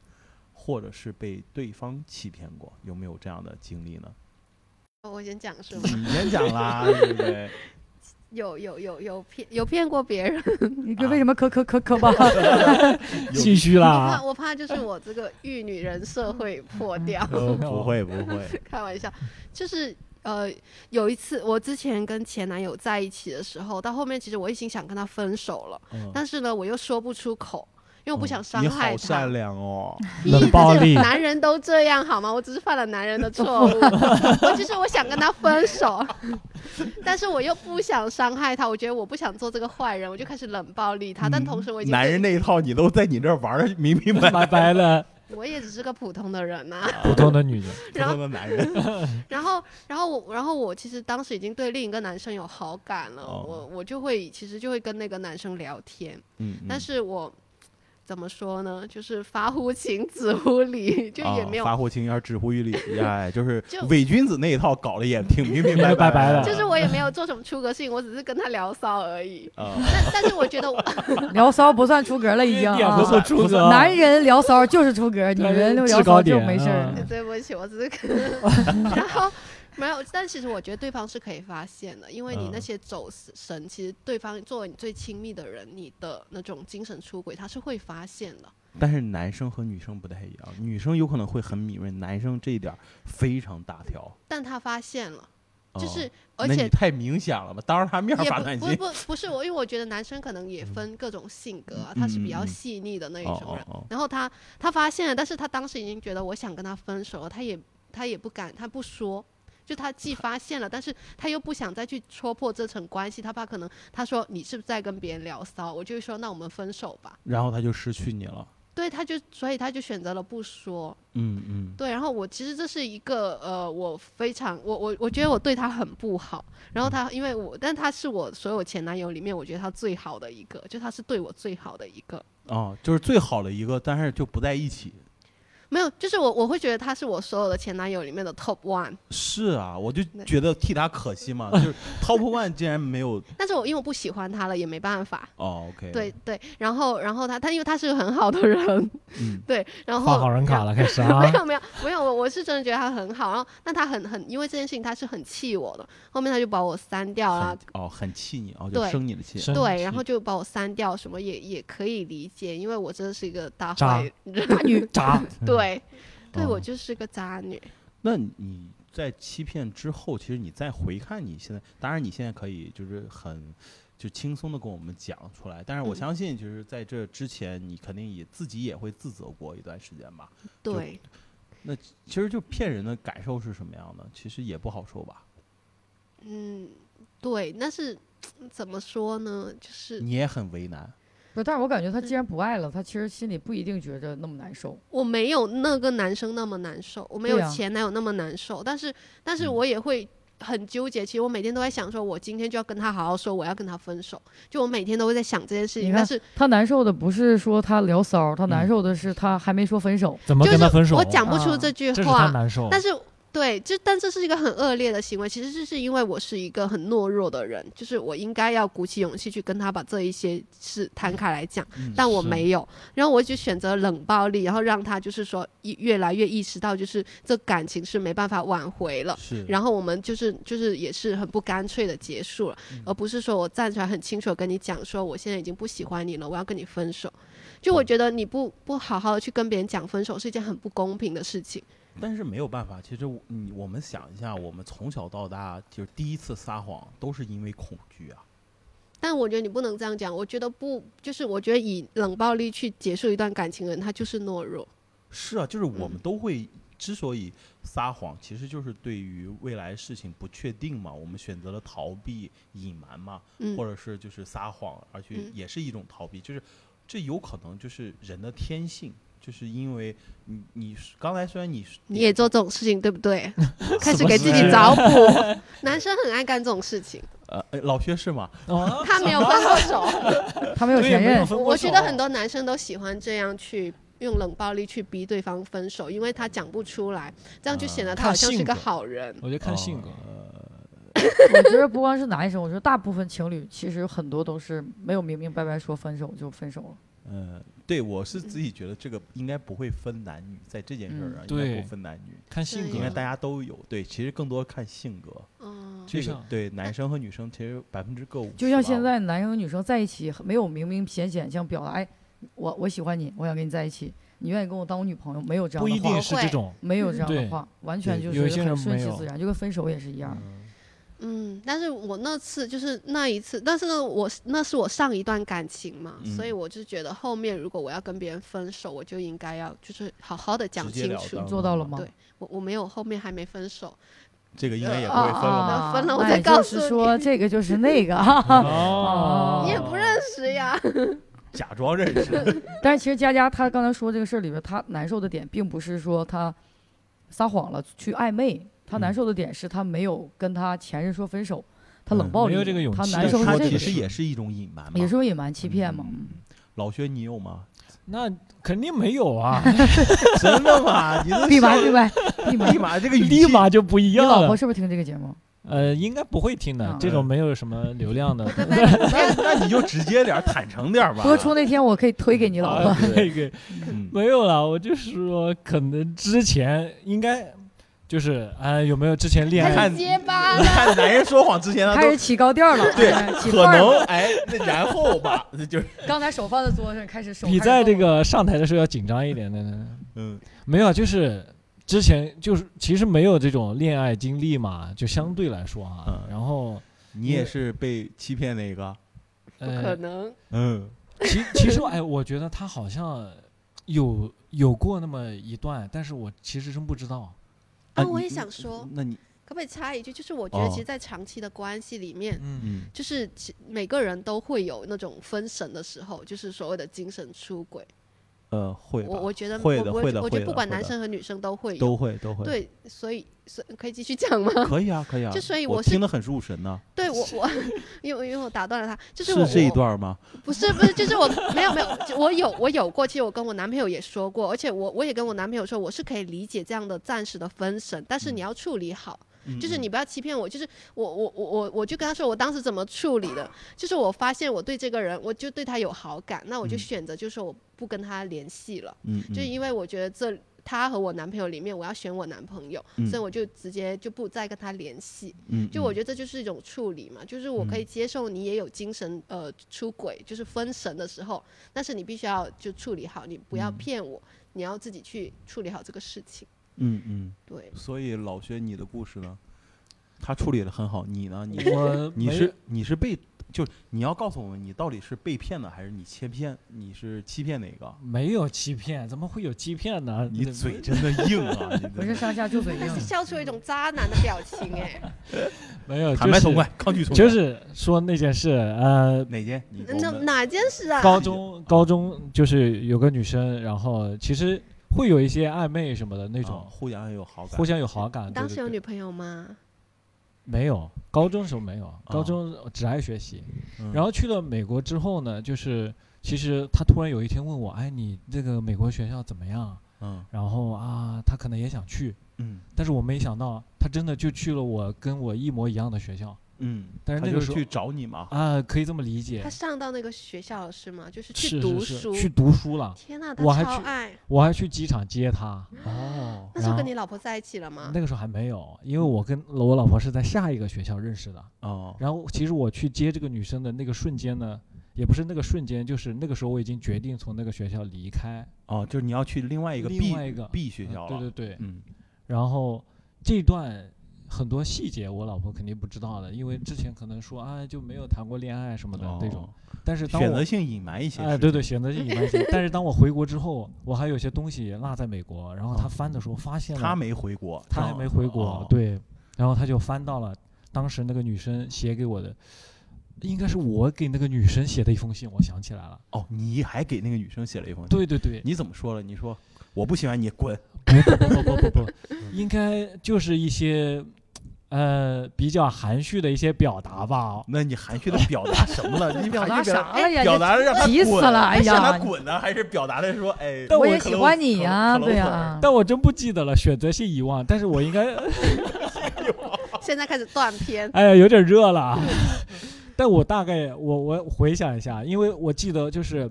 S2: 或者是被对方欺骗过，有没有这样的经历呢？
S5: 我先讲
S2: [LAUGHS]
S5: 是吗？
S2: 你先讲啦，对不对？
S5: 有有有有骗有骗过别人，
S3: 你
S2: 啊
S3: 为什么磕磕磕磕吧？ [LAUGHS]
S4: 心虚
S5: 我
S4: 啦
S2: 啊
S5: 怕。 [LAUGHS] 我怕就是我这个玉女人设会破
S2: [LAUGHS]
S5: 掉。 [LAUGHS]
S2: 呃，不会不会，
S5: 开玩笑，就是呃，有一次我之前跟前男友 [LAUGHS] 在一起的时候，到后面其实我已经想跟他分手了，
S2: 嗯
S5: 但是呢，我又说不出口。因为我不想伤
S2: 你
S5: 害
S2: 好
S5: 他
S2: 善。良哦，
S5: 屁
S4: 冷
S5: 这
S4: 暴
S5: 个
S4: 力
S5: 男人都这样好吗？我只是犯了男人
S2: [LAUGHS]
S5: 的错误，我其实我想跟他分手， [LAUGHS] 但是我又不想伤害他，我觉得我不想做这个坏人，我就开始冷暴力他。但同时我已经
S2: 嗯男人那一套你都在你这儿 [LAUGHS] 玩的明明白
S4: 拜拜啊了，
S5: 我也只是个普通的人啊呐、
S2: [LAUGHS]
S4: 普通的女人，
S5: 然后
S2: 通的男人，
S5: 然后，然后我，然后我其实当时已经对另一个男生有好感了，
S2: 哦
S5: 我我就会其实就会跟那个男生聊天，
S2: 嗯，
S5: [LAUGHS] 但是我怎么说呢，就是发乎情，止乎礼，就也没有，
S2: 啊哦发乎情而止乎于礼，
S5: [LAUGHS]
S2: 哎，就是
S5: 就
S2: 伪君子那一套搞得也挺 [LAUGHS] 明明白
S4: 明白白
S2: 的，[LAUGHS]
S4: 了
S5: 就是我也没有做什么出格事情，我只是跟他聊骚而已。
S2: 啊，
S5: [LAUGHS] 但但是我觉得我，
S3: 聊骚不算出格了，已经
S4: 一点都哎不
S3: 啊。
S4: 出格，
S3: 男人聊骚就是出格，女
S4: 对
S3: 人就
S4: 制
S3: 聊
S4: 高
S3: 骚就
S4: 点
S3: 没事儿
S4: 啊。
S5: 对不起，我只是跟，
S2: [LAUGHS]
S5: 然后没有，但其实我觉得对方是可以发现的，因为你那
S2: 嗯
S5: 些走神，其实对方作为你最亲密的人，你的那种精神出轨，他是会发现的。
S2: 但是男生和女生不太一样，女生有可能会很敏锐，男生这一点儿非常大条，
S5: 但他发现了，
S2: 哦
S5: 就是、而
S2: 那你
S5: 且
S2: 太明显了吧，当着他面儿
S5: 也
S2: 发
S5: 不
S2: 短
S5: 不
S2: 信，
S5: 不不是我，因为我觉得男生可能也分各种性格啊，他是
S2: 嗯
S5: 比较
S2: 嗯嗯
S5: 细腻的那一
S2: 哦
S5: 种人。
S2: 哦哦
S5: 然后他他发现了，但是他当时已经觉得我想跟他分手了，他也他也不敢，他不说。就他既发现了，但是他又不想再去戳破这层关系，他怕可能他说你是不是在跟别人聊骚，我就说那我们分手吧。
S2: 然后他就失去你了，
S5: 对，他就所以他就选择了不说。
S2: 嗯嗯，
S5: 对，然后我其实这是一个呃，我非常我我我觉得我对他很不好，然后他因为我，但他是我所有前男友里面，我觉得他最好的一个，就他是对我最好的一个，
S2: 哦，就是最好的一个，但是就不在一起。
S5: 没有，就是我我会觉得他是我所有的前男友里面的 top one，
S2: 是啊，我就
S5: 那
S2: 觉得替他可惜嘛，就是
S5: [LAUGHS]
S2: Top One 竟然没有
S5: 但是我因为我不喜欢他了，也没办法。
S2: 哦，OK，
S5: 对，对，然后然后他他因为他是个很好的人，
S2: 嗯，
S5: 对，然后
S4: 画好人卡了，开始啊
S5: 没有没有没有，我我是真的觉得他很好，然后但他很很因为这件事情他是很气我的，后面他就把我删掉了
S2: 很，哦，很气你哦，就
S5: 啊对
S2: 生你的气，
S4: 生
S5: 对，然
S2: 气
S5: 后就把我删掉，什么也也可以理解，因为我真的是一个大
S4: 渣
S5: 坏人， [LAUGHS]
S4: 女渣，嗯
S5: 对，对
S2: 哦
S5: 我就是个渣女。
S2: 那你在欺骗之后，其实你再回看你现在，当然你现在可以就是很就轻松的跟我们讲出来，但是我
S5: 嗯
S2: 相信就是在这之前，你肯定也自己也会自责过一段时间吧。就
S5: 对，
S2: 其实就骗人的感受是什么样的，其实也不好说吧。
S5: 嗯，对，但是怎么说呢，就是
S4: 嗯
S2: 你也很为难，
S3: 不是，但是我感觉他既然不爱了，他其实心里不一定觉着那么难受。
S5: 我没有那个男生那么难受，我没有
S3: 对啊
S5: 前男友那么难受，但是但是
S2: 嗯
S5: 我也会。很纠结，其实我每天都在想，说我今天就要跟他好好说，我要跟他分手。就我每天都会在想这件事
S3: 你
S5: 情，
S3: 看
S5: 但是
S3: 他难受的不是说他聊骚，他
S2: 嗯
S3: 难受的是他还没说分
S4: [LAUGHS]
S3: 手。
S4: 怎么
S5: 就
S4: 跟他分
S5: 是
S4: 手？
S5: 我讲不出
S3: 啊
S5: 这句
S4: 这是
S5: 话
S4: 他，难
S2: 哦
S4: 受，
S5: 但是对，这但这是一个很恶劣的行为，其实这是因为我是一个很懦弱的人，就是我应该要鼓起勇气去跟他把这一些事摊开来讲，
S2: 嗯
S5: 但我
S4: 是
S5: 没有，然后我就选择冷暴力，然后让他就是说一越来越意识到，就是这感情是没办法挽回了。
S2: 是
S5: 然后我们就是就是也是很不干脆的结束了，
S2: 嗯
S5: 而不是说我站出来很清楚的跟你讲说我现在已经不喜欢你了，我要跟你分手。
S2: 哦
S5: 就我觉得你不不好好的去跟别人讲分手是一件很不公平的事情。
S2: 但是没有办法，其实我你我们想一下，我们从小到大就是第一次撒谎都是因为恐惧啊。
S5: 但我觉得你不能这样讲，我觉得不，就是我觉得以冷暴力去结束一段感情的人，他就是懦弱。
S2: 是啊，就是我们
S5: 嗯
S2: 都会之所以撒谎，其实就是对于未来事情不确定嘛，我们选择了逃避、隐瞒嘛，
S5: 嗯
S2: 或，者是就是撒谎，而去
S5: 嗯
S2: 也是一种逃避，就是这有可能就是人的天性，就是因为你你刚才虽然你
S5: 你也做这种事情，对不对？开始
S4: 么
S5: 给自己
S4: 事
S5: 找补。男生很爱干这种事情，
S2: 呃呃老薛是吗？
S4: 哦
S5: 他没有分过手。
S3: 他没有
S4: 对
S3: 前
S4: 没有
S3: 任，
S4: 分过
S5: 我觉得
S4: 手
S5: 很多男生都喜欢这样去。用冷暴力去逼对方分手，因为他讲不出来，这样就显得他
S4: 看
S5: 好像是
S4: 性
S5: 个
S4: 格
S5: 好人。
S4: 我觉得看性
S2: 哦
S4: 格，
S3: 我觉得不光是男生，我觉得大部分情侣其实很多都是没有明明白白说分手就分手了。
S2: 嗯、对，我是自己觉得这个应该不会分男女，在这件事儿上应该
S4: 对
S2: 不分男女，
S4: 看性
S5: 对
S2: 应
S4: 格哦
S2: 该，大家都有。对，其实更多看性格，
S5: 嗯，
S2: 这
S4: 就
S2: 个
S4: 像
S2: 对男生和女生其实百分之各五，
S3: 就像
S4: 哦
S3: 现在男生和女生在一起，没有明明显显像表达，哎，我我喜欢你，我想跟你在一起，你愿意跟我当我女朋友，没有这样
S4: 不一
S3: 的话
S4: 定，是这种，
S3: 没有这样的
S4: 对
S3: 话，完全
S2: 对
S3: 就
S4: 有
S3: 是
S4: 一些人
S3: 很顺
S4: 没
S3: 其
S4: 有
S3: 啊自然，就跟分手也是一样的。
S2: 嗯
S5: 嗯，但是我那次就是那一次，但是呢，我是那是我上一段感情嘛，
S1: 嗯
S5: 所以我就觉得后面如果我要跟别人分手，我就应该要就是好好的讲
S2: 直截
S5: 清
S2: 了
S5: 楚
S4: 嗯
S2: 当。
S3: 做到了吗？
S5: 对我我没有后面还没分手，
S2: 这个应该也
S3: 呃
S2: 不
S5: 啊
S2: 会分了吧？
S5: 啊分了我
S3: 那
S5: 再
S3: 也
S5: 告
S3: 哎就是
S5: 诉 [LAUGHS]
S3: 说
S5: 你
S3: 这个就是那个，
S2: 哦
S3: 哦
S5: 你也不认识呀。
S2: 假装认识，
S3: 但是其实佳佳她刚才说这个事儿里边，她难受的点并不是说她撒谎了去暧昧，她难
S2: 嗯
S3: 受的点是她没有跟她前任说分手，她冷
S4: 嗯
S3: 暴
S4: 没
S3: 力，
S4: 有这个勇
S3: 她
S4: 气
S3: 难受
S4: 但
S3: 是
S2: 他
S3: 这
S2: 其
S3: 个
S2: 实
S3: 事，
S2: 也是一种隐瞒嘛，
S3: 也是种隐瞒欺骗嘛。
S2: 嗯老薛，你有吗？ [LAUGHS]
S4: 那肯定没有啊，
S2: 真的吗？你这
S3: [LAUGHS] 闭麦闭麦闭麦
S2: 立，马这个语
S4: 立
S2: 气，
S4: 马就不一
S3: 你
S4: 样
S3: 老
S4: 了
S3: 婆。是不是听这个节目？
S4: 呃，应该不会听的
S3: 嗯，
S4: 这种没有什么流量的。
S5: 拜拜
S2: 那那你就直接点儿，坦诚点儿吧。
S3: 播出那天我可以推给你老婆
S4: 啊， [LAUGHS] 那个
S3: [LAUGHS]
S2: 嗯
S4: 没有啦，我就是说，可能之前应该就是啊、有没有之前恋
S5: 开
S4: 爱
S5: 始
S2: 看
S5: 结巴
S2: 你
S5: 了。
S2: 看男人说谎之前，他
S3: [LAUGHS] 开
S2: 都
S3: 始起高调
S5: [LAUGHS]
S3: 了，
S2: 对
S3: 哎起
S2: 可
S3: 范儿了
S2: 能哎，那然后吧，那就是
S3: 刚才手放在桌上，开始手
S4: 比
S3: 开始
S4: 在这
S3: 动了
S4: 个上台的时候要紧张一点的呢？
S2: 嗯
S4: 没有啊，就是之前就是其实没有这种恋爱经历嘛，就相对来说啊，
S2: 嗯
S4: 然后
S2: 你也是被欺骗那个，
S5: 不可
S4: 呃，
S5: 能，
S2: 嗯
S4: 其其实哎，我觉得他好像有有过那么一段，但是我其实真不知道。
S5: 啊，
S2: 你
S5: 我也想说，
S2: 那你
S5: 可不可以插一句？就是我觉得，
S2: 哦
S5: 其实，在长期的关系里面，
S4: 嗯，
S2: 嗯
S5: 就是其每个人都会有那种分神的时候，就是所谓的精神出轨。
S2: 呃会吧，
S5: 我我觉得
S2: 会
S5: 我
S2: 的
S5: 我
S2: 会的
S5: 我觉
S2: 会
S5: 得不
S2: 的
S5: 管
S2: 会
S5: 男
S2: 的
S5: 生和女生都会有。
S2: 都会都会，，
S5: 对，所以所以可以继续讲吗？
S2: 可以啊可以啊。
S5: 就所以
S2: 我
S5: 我是
S2: 听得很入神呢，
S5: 对我我，因为因为我打断了他，就是我
S2: 是这一
S5: 我
S2: 段吗？
S5: 不是不是，就是我没有没有，就我有我有过，其实我跟我男朋友也说过，而且我我也跟我男朋友说，我是可以理解这样的暂时的分神，但是
S2: 嗯
S5: 你要处理好，
S2: 嗯
S5: 就是
S2: 嗯
S5: 你不要欺骗我，就是我我我我我就跟他说我当时怎么处理的，就是我发现我对这个人我就对他有好感，那我就
S2: 嗯
S5: 选择就说我不跟他联系了，
S2: 嗯
S5: 就
S2: 嗯
S5: 因为我觉得这。他和我男朋友里面，我要选我男朋友，
S2: 嗯
S5: 所以我就直接就不再跟他联系。
S2: 嗯
S5: 就我
S2: 嗯
S5: 觉得这就是一种处理嘛，就是我
S4: 嗯
S5: 可以接受你也有精神呃出轨，就是分神的时候，但是你必须要就处理好，你不要
S2: 嗯
S5: 骗我，你要自己去处理好这个事情。
S2: 嗯嗯，
S5: 对，
S2: 所以老薛你的故事呢，他处理的很好，你呢你
S4: 我
S2: 你
S4: 没
S2: 是你是被就是你要告诉我们你到底是被骗的还是你切骗？你是欺骗哪个？
S4: 没有欺骗，怎么会有欺骗呢？
S2: 你嘴真的硬啊！
S5: [LAUGHS]
S2: 你
S3: 不
S2: 真
S3: 是
S2: 的
S3: 上下就嘴
S2: [LAUGHS]
S5: 但
S4: 嗯
S5: 是
S3: 硬，
S5: 笑出一种渣男的表情
S4: [LAUGHS]
S5: 哎、
S4: 没有
S2: 坦白
S4: 呃就是
S2: 从宽，抗拒从
S4: 就
S2: 严
S4: 是说那件事，呃，
S2: 哪件？你给我
S5: 那
S2: 们
S5: 哪件事啊？
S4: 高中高中就是有个女生，然后其实会有一些暧昧什么的那
S2: 那
S4: 种，
S2: 互相有好感，
S4: 互相有好感。
S5: 你当
S4: 啊对
S5: 时
S4: 对
S5: 有
S4: 对
S5: 女朋友吗？
S4: 没有？高中时候没有，高中只爱学习。
S2: 嗯
S4: 然后去了美国之后呢，就是其实她突然有一天问我，哎，你这个美国学校怎么样？
S2: 嗯
S4: 然后啊，她可能也想去，
S2: 嗯
S4: 但是我没想到她真的就去了我跟我一模一样的学校
S2: 嗯，
S4: 但是
S2: 他
S4: 那
S2: 就
S4: 个时候
S2: 去找你嘛，
S4: 啊，可以这么理解
S5: 他。上到那个学校了是吗？就是
S4: 是
S5: 读
S4: 是
S5: 书。
S4: 是，去读书了。
S5: 天呐，他
S4: 我还
S5: 超
S4: 去
S5: 爱。
S4: 我还去机场接她。
S2: 哦，
S5: 那时
S4: 然
S5: 候跟
S4: 后
S5: 你老婆在一起了吗？
S4: 那个时候还没有，因
S5: 嗯
S4: 为我跟我老婆是在下一个学校认识的。
S2: 哦，
S4: 然后其实我去接这个女生的那个瞬间呢，也不是那个瞬间，就是那个时候我已经决定从那个学校离开
S2: 哦，就是你要去另外一个
S4: 另
S2: B
S4: 外一个
S2: B 学校
S4: 嗯
S2: 了，
S4: 对对对，
S2: 嗯
S4: 然后这段很多细节我老婆肯定不知道的，因为之前可能说啊就没有谈过恋爱什么的
S2: 哦
S4: 这种。但是当
S2: 选
S4: 我
S2: 择性隐瞒一些，
S4: 哎对对，，选择性隐
S2: [LAUGHS]
S4: 瞒一些。但是当我回国之后，我还有些东西落在美国，然后她
S2: 哦
S4: 翻的时候发现了
S2: 他没回国，
S4: 他还
S2: 哦
S4: 没回国，
S2: 哦
S4: 对，然后他就翻到了当时那个女生写给我的，应该是我给那个女生写的一封信，我想起来了，
S2: 哦，你还给那个女生写了一封信，
S4: 对对对，
S2: 你怎么说了？你说我不喜欢你，滚，
S4: 不不不不不不，应该就是一些呃比较含蓄的一些表达吧，
S2: 那你含蓄的表达什么了？你
S3: 表
S2: 含
S3: 达
S2: 蓄 [LAUGHS] 表哎
S3: 啥了呀？
S2: 表达的让他
S3: 急死
S2: 滚
S3: 了哎
S2: 让他
S3: 呀
S2: 滚呢，还是表达的说，哎，
S4: 但
S3: 我
S4: 我
S3: 也
S2: 可
S3: 喜
S2: 能
S3: 欢你
S2: 可
S3: 呀，
S2: 可能
S3: 对
S2: 会
S3: 呀。
S4: 但我真不记得了，选择性遗忘，但是我应该。
S5: 现在开始断片 [LAUGHS]
S4: 哎呀有点热了啊， [LAUGHS] 但我大概我我回想一下，因为我记得就是。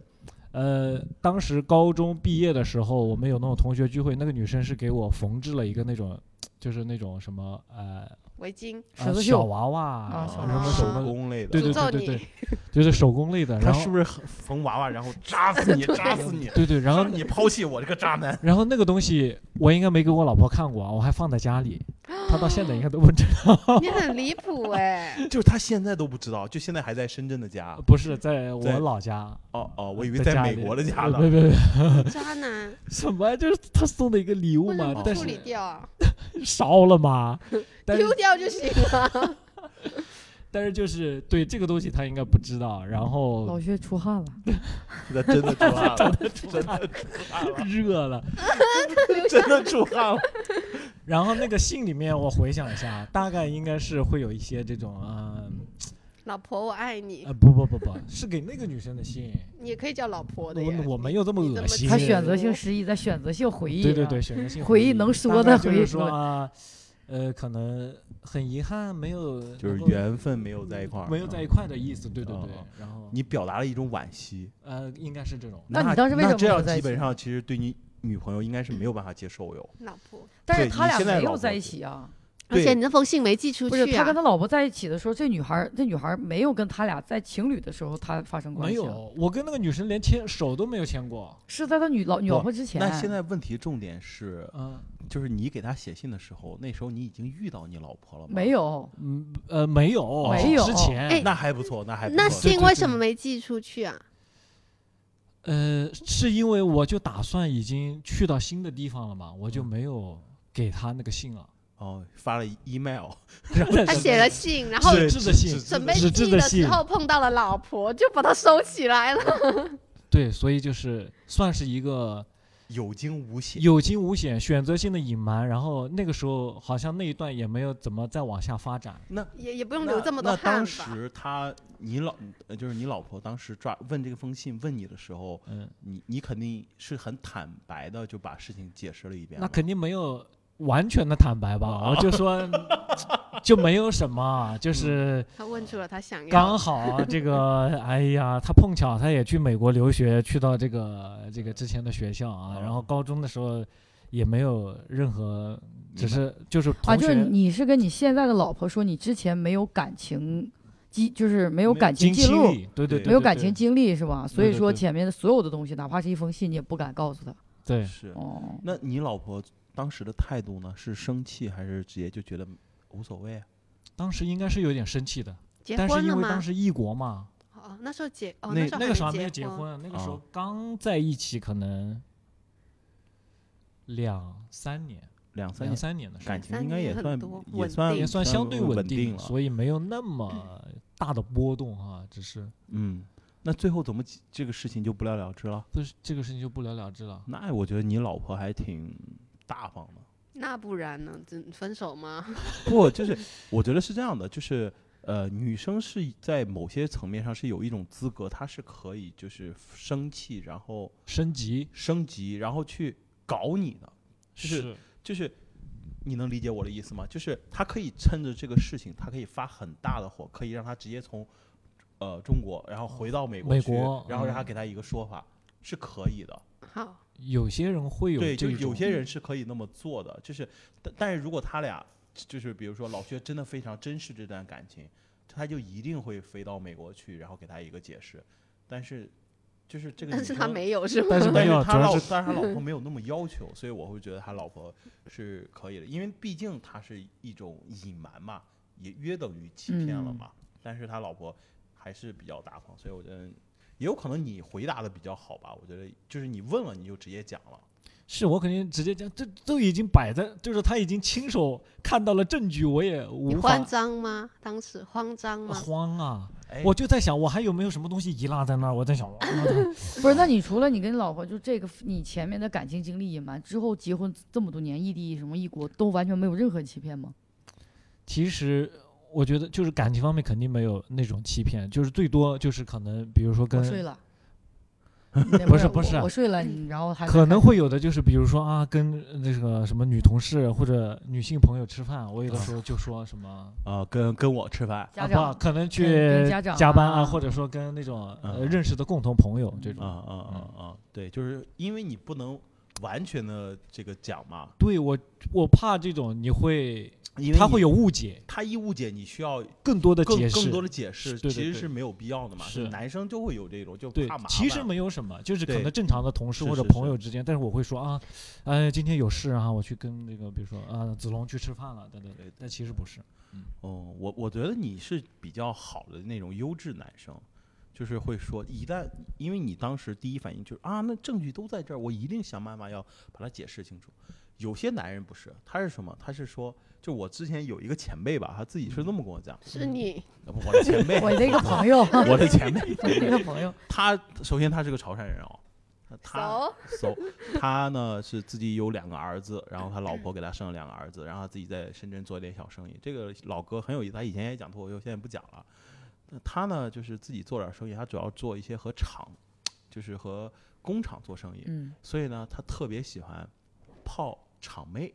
S4: 呃，当时高中毕业的时候，我们有那种同学聚会，那个女生是给我缝制了一个那种，就是那种什么呃
S5: 围巾，
S4: 呃
S3: 十字
S4: 小
S3: 绣
S4: 娃娃
S3: 啊小
S4: 什
S5: 娃
S4: 么
S5: 娃
S4: 手
S5: 手
S4: 工，
S2: 工类的，
S4: 对对
S5: 诅咒
S4: 对对
S5: 你
S4: 对，就是手工类的。
S2: 他
S4: 然
S2: 是
S4: 后
S2: 不是很缝娃娃，然后扎死 [LAUGHS] 你，扎死你，
S4: 对对，然后
S2: 你抛弃我这个渣男？
S4: 然后那个东西我应该没给我老婆看过啊，我还放在家里。他到现在应该都不知道。
S5: 你很离谱哎、
S2: [LAUGHS]
S4: [LAUGHS]
S2: 就是他现在都不知道，就现在还在深圳的家。
S4: 不是在我
S2: 在
S4: 老家，
S2: 哦哦，我以为
S4: 在
S2: 在
S4: 家
S2: 美
S4: 里
S2: 国的家
S4: 呃
S2: 呢
S4: 别。别别，
S5: 渣男，
S4: 什么呀？就是他送的一个礼物
S5: 为什
S4: 嘛
S5: 么，不
S4: 但
S5: 处
S4: 是
S5: 理掉啊？
S4: 烧了嘛。但是
S5: 丢掉就行了。
S4: 但是就是对这个东西他应该不知道，然后
S3: 老薛出汗了，
S2: 那真的出汗
S3: [LAUGHS]
S2: 了，真的
S4: 热了，
S2: 真的出汗了。 [LAUGHS]
S4: 然后那个信里面我回想一下，大概应该是会有一些这种嗯
S5: 老婆，我爱你，
S4: 呃不不不不，是给那个女生的信，
S5: 你也可以叫老婆的耶
S4: 我。我没有这么
S5: 你这
S4: 恶
S5: 么
S4: 心。
S3: 他
S5: 是
S3: 选择性失忆，在选择性回忆。啊
S4: 对对对，，选择性
S3: 回
S4: 忆
S3: 忆能说
S4: 大概
S3: 的
S4: 就
S3: 回忆
S4: 是说
S3: 说的
S4: 啊，呃，可能很遗憾没有
S2: 就是
S4: 能够
S2: 缘分没有在一块儿，
S4: 没有在一块的意思，对对
S2: 哦
S4: 对
S2: 哦。
S4: 然后
S2: 你表达了一种惋惜。
S4: 呃，应该是这种。
S3: 那你当时为什
S2: 那
S3: 么
S2: 这
S3: 没有
S2: 样
S3: 在一
S2: 基本
S3: 起
S2: 上其实对你女朋友应该是没有办法接受哟。
S5: 老婆，
S3: 但是
S2: 对
S3: 他
S2: 你
S3: 俩
S2: 现在
S3: 没
S2: 老
S3: 有在
S2: 婆
S3: 一起啊。
S5: 而且
S2: 对
S5: 你那封信没寄出
S3: 不是
S5: 去
S3: 他
S5: 啊
S3: 跟。他老婆在一起的时候，这女孩儿这女孩儿没有跟他俩在情侣的时候他发生关
S4: 没
S3: 系啊，
S4: 有，我跟那个女生连牵手都没有牵过。
S3: 是在他女老女
S2: 不
S3: 老婆之前。
S2: 那现在问题重点是，
S4: 嗯
S2: 就是你给她写信的时候，那时候你已经遇到你老婆了吗？
S3: 没，有，
S4: 嗯呃，没有，
S3: 没
S4: 是
S3: 有
S4: 之前
S5: 哎
S2: 那还不错，那还不
S5: 那
S2: 错。
S5: 信
S4: 对
S5: 为
S4: 对
S5: 什么没寄出去啊？
S4: 呃，是因为我就打算已经去到新的地方了嘛，我就没有给他那个信了。
S2: 哦，发了 email，
S5: 他写了信，然后
S4: 纸质的信，
S5: 准备
S4: 纸质
S5: 寄
S4: 的
S5: 的
S4: 信
S5: 时，候碰到了老婆，就把它收起来了。
S4: 对，所以就是算是一个
S2: 有惊无险。
S4: 有惊无险、选择性的隐瞒。然后那个时候好像那一段也没有怎么再往下发展。
S5: [LAUGHS] 也也不用
S2: 那
S5: 流这么
S2: 那
S5: 多啊汗
S2: 当
S5: 吧。
S2: 时她，你老呃就是你老婆当时抓问这个封信问你的时候，
S4: 嗯，
S2: 你你肯定是很坦白的就把事情解释了一遍
S4: 那
S2: 了。
S4: 肯定没有完全的坦白吧？我就说就没有什么，就是。
S5: 他问出了他想要
S4: 刚
S5: 的，
S4: 好这个，哎呀，他碰巧他也去美国留学，去到这个这个之前的学校啊，然后高中的时候也没有任何，只是就是
S3: 啊，
S4: 同
S3: 就是
S4: 学
S3: 你是跟你现在的老婆说你之前没有感情记，就是没有
S2: 没有
S3: 感情
S4: 经
S3: 记
S4: 期
S3: 录，
S4: 里，对对
S2: 没
S4: 对，
S3: 没有
S4: 对
S3: 感
S4: 对
S3: 情经历是吧？所
S4: 对
S3: 以
S4: 对
S3: 说
S4: 对
S3: 前面的所有的东西，哪怕是一封信，你也不敢告诉他。
S4: 对，
S2: 是。
S3: 哦，
S2: 那你老婆当时的态度呢？是生气还是直接就觉得无所谓啊？
S4: 当时应该是有点生气的，
S5: 结
S4: 但是
S5: 婚了
S4: 因为
S5: 吗
S4: 当？时异国嘛，
S5: 哦，那时候结哦，
S2: 那
S5: 时候
S4: 那个时候还没
S5: 没
S4: 有结
S5: 婚，
S4: 婚，那个时候
S2: 哦
S4: 刚在一起，可能两三年，
S2: 两三
S4: 两
S2: 年
S4: 三年的时候
S2: 感情
S5: 三
S2: 应该
S5: 年
S2: 也
S5: 很
S2: 算
S5: 多
S2: 也
S5: 稳
S2: 算
S5: 定
S4: 也算相对稳
S2: 定了。
S4: 所以没有那么大的波动啊，只是。
S2: 嗯，那最后怎么解这个事情就不了了之了？
S4: 就是这个事情就不了了之了。
S2: 那我觉得你老婆还挺大方的。
S5: 那不然呢？真分手吗？ [LAUGHS]
S2: [LAUGHS] 不，就是我觉得是这样的，就是呃，女生是在某些层面上是有一种资格，她是可以就是生气，然后
S4: 升级
S2: 升级，然后去搞你的，就是就是。你能理解我的意思吗？就是她可以趁着这个事情，她可以发很大的火，可以让她直接从，呃，中国，然后回到美国
S4: 美
S2: 去，
S4: 国
S2: 然后让她
S4: 嗯
S2: 给她一个说法，是可以的。
S5: 好，
S4: 有些人会有
S2: 对，
S4: 这
S2: 就
S4: 种，嗯
S2: 有些人是可以那么做的，就是但但是如果他俩就是比如说老薛真的非常珍视这段感情，他就一定会飞到美国去，然后给他一个解释。但是就是
S4: 嗯
S2: 这个，
S5: 但是他，没有是吗？
S4: 但是
S2: [LAUGHS] 但
S4: 没有，
S2: 是
S4: 主
S2: 他
S4: 要
S2: 老
S4: 是，
S2: 但是他老
S5: [LAUGHS]
S2: 婆没有那么要求，所以我会觉得他老婆是可以的，因为毕竟他是一种隐瞒嘛，也约等于欺骗了
S3: 嗯
S2: 嘛。但是他老婆还是比较大方，所以我觉得。也有可能你回答的比较好吧，我觉得就是你问了你就直接讲了，
S4: 是我肯定直接讲，这都已经摆在，就是他已经亲手看到了证据，我也
S5: 你
S4: 无法
S5: 慌张吗？当时慌张吗？
S4: 慌啊！
S2: 哎，
S4: 我就在想，我还有没有什么东西遗落在那儿？我在想，哇
S3: [LAUGHS] 不是，那你除了你跟老婆就这个你前面的感情经历隐瞒之后，结婚这么多年异地什么异国都完全没有任何欺骗吗？
S4: 其实。我觉得就是感情方面肯定没有那种欺骗，就是最多就是可能，比如说
S3: 我
S4: 跟
S3: 睡
S4: [LAUGHS]
S3: 了，你那
S4: 不是
S3: 我
S4: 不是
S3: 我睡了，你然后还
S4: 可能会有的就是，比如说啊，跟那个什么女同事或者女性朋友吃饭，我有的时候就说什么
S2: 啊，跟跟我吃饭
S3: 家
S4: 啊
S3: 长
S4: 不，可能
S3: 跟
S4: 去
S3: 家长
S4: 加班
S3: 啊，
S4: 或者说跟那种、呃、
S2: 嗯
S4: 认识的共同朋友这
S2: 啊
S4: 种。
S2: 啊啊啊！对，就是因为你不能完全的这个讲嘛，
S4: 对我，我怕这种你会
S2: 因为
S4: 他会
S2: 你
S4: 有误解，
S2: 他一误解，你需要
S4: 更多的
S2: 更
S4: 解释，
S2: 更多的解释，
S4: 对对
S2: 其实
S4: 对
S2: 是没有必要的嘛。
S4: 是
S2: 男生就会有这种就
S4: 对
S2: 怕麻，烦。
S4: 其实没有什么，就是可
S2: 对
S4: 能正常的同事
S2: 是
S4: 或者
S2: 是
S4: 朋
S2: 是
S4: 友之间，但是我会说啊，哎，今天有事啊，我去跟那个，比如说啊，子龙去吃饭了等等
S2: 对对，
S4: 但其实不是，
S2: 哦，我我觉得你是比较好的那种优质男生，就是会说，一旦因为你当时第一反应就是啊，那证据都在这儿，我一定想办法要把它解释清楚。有些男人不是，他是什么？他是说，就我之前有一个前辈吧，他自己是这么跟我讲，
S5: 是你
S2: 呃我的前辈
S3: 我的一个朋
S4: [LAUGHS]
S3: 友，
S2: [LAUGHS] 我的前
S3: 我的一个
S2: 辈，
S3: 朋友，
S2: 他首先他是个潮汕人哦，他
S5: 走，
S2: so，他呢是自己有两个儿子，然后他老婆给他生了两个儿子，然后他自己在深圳做点小生意。这个老哥很有意思，他以前也讲脱口秀，现在不讲了。那他呢就是自己做点生意，他主要做一些和厂，就是和工厂做生意，
S3: 嗯，
S2: 所以呢他特别喜欢泡厂妹。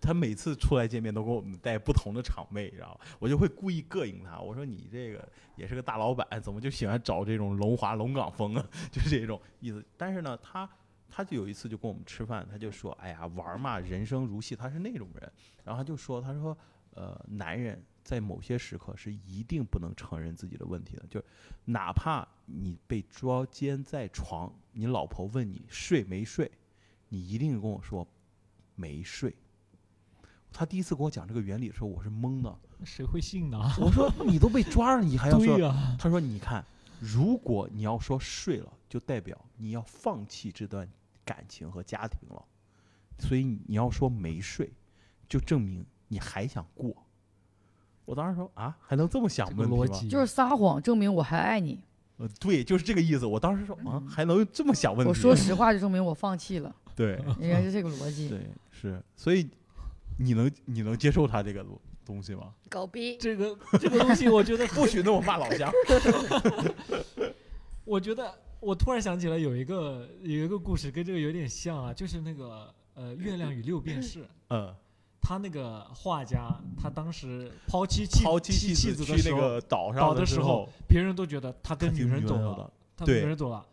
S2: 他每次出来见面都给我们带不同的厂妹，然后我就会故意膈应他。我说你这个也是个大老板，怎么就喜欢找这种龙华龙岗风啊？ [LAUGHS] 就是这种意思。但是呢，他他就有一次就跟我们吃饭，他就说：“哎呀，玩儿嘛，人生如戏。”他是那种人，然后他就说：“他说，呃，男人在某些时刻是一定不能承认自己的问题的，就是哪怕你被捉奸在床，你老婆问你睡没睡，你一定跟我说没睡。”他第一次跟我讲这个原理的时候，我是懵
S4: [LAUGHS]
S2: 的。
S4: 谁会信呢？
S2: 我说：“你都被抓了，你还要说
S4: 对呀，
S2: 他说：“你看，如果你要说睡了，就代表你要放弃这段感情和家庭了。所以你要说没睡，就证明你还想过。”我当时说：“啊，还能这么想
S4: 这个
S2: 问题
S4: 逻
S2: 吗
S4: 辑 [LAUGHS]
S3: 就是撒谎证明我还爱你，？”
S2: 呃，对，就是这个意思。我当时说：“啊，
S4: 嗯
S2: 还能这么想问题？”
S3: 我说实话就证明我放弃了，
S2: 对
S3: 人家是这个逻辑。
S2: 对是，所以你能你能接受他这个东东西吗？ [LAUGHS]
S5: 狗逼，
S4: 这个这个东西，我觉得
S2: 不许那么骂老
S4: [LAUGHS]
S2: 乡。
S4: 我觉得我突然想起来有一个有一个故事跟这个有点像啊，就是那个呃《月亮与六
S2: [LAUGHS]
S4: 便士》。
S2: 嗯，
S4: 他那个画家，他当时抛弃妻
S2: 抛妻
S4: 妻
S2: 妻
S4: 子的
S2: 去
S4: 时
S2: 那
S4: 候，
S2: 个岛
S4: 岛
S2: 上
S4: 的时
S2: 时
S4: 候，别人都觉得他跟
S2: 他
S4: 女
S2: 挺
S4: 人走
S2: 妙
S4: 了，
S2: 的，
S4: 他
S2: 对
S4: 女人走了，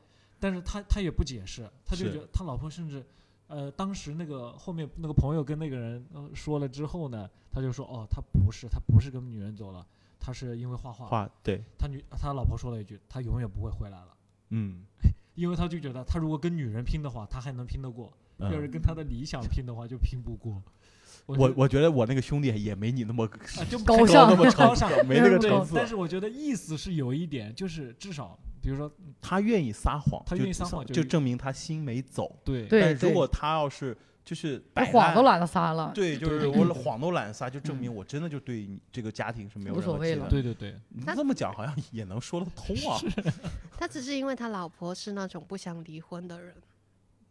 S4: 但是他他也不解释，他就是觉得他老婆甚至，呃，当时那个后面那个朋友跟那个人、呃、说了之后呢，他就说哦，他不是，他不是跟女人走了，他是因为画画，
S2: 话对，
S4: 他女他老婆说了一句，他永远不会回来了，
S2: 嗯。
S4: 因为他就觉得他如果跟女人拼的话，他还能拼得过，
S2: 嗯
S4: 要是跟他的理想拼的话，就拼不过。
S2: 我
S4: 觉得
S2: 我觉得我那个兄弟也没你那么
S4: 啊就
S3: 高
S2: 高
S3: 尚
S2: 那么
S4: 高
S2: 成
S4: 尚
S2: 熟，没那个
S3: 对
S2: 层
S4: 对，
S2: 次。
S4: 但是我觉得意思是有一点，就是至少比如说
S2: 他愿意撒谎，
S4: 他
S2: 就
S4: 愿意撒谎就
S2: 就证明他心没走。
S4: 对
S3: 对
S2: 但如果他要是就是
S3: 这
S2: 摆
S3: 谎都
S2: 烂，
S3: 懒得撒了，
S2: 对，就是
S4: 对嗯
S2: 我谎都懒得撒，就证明我真的就对你这个家庭是没有
S3: 无所
S2: 任何
S3: 谓
S2: 期待的。
S3: 了
S4: 对对对，
S2: 你这么讲好像也能说得通啊。
S5: 他只是因为他老婆是那种不想离婚的人，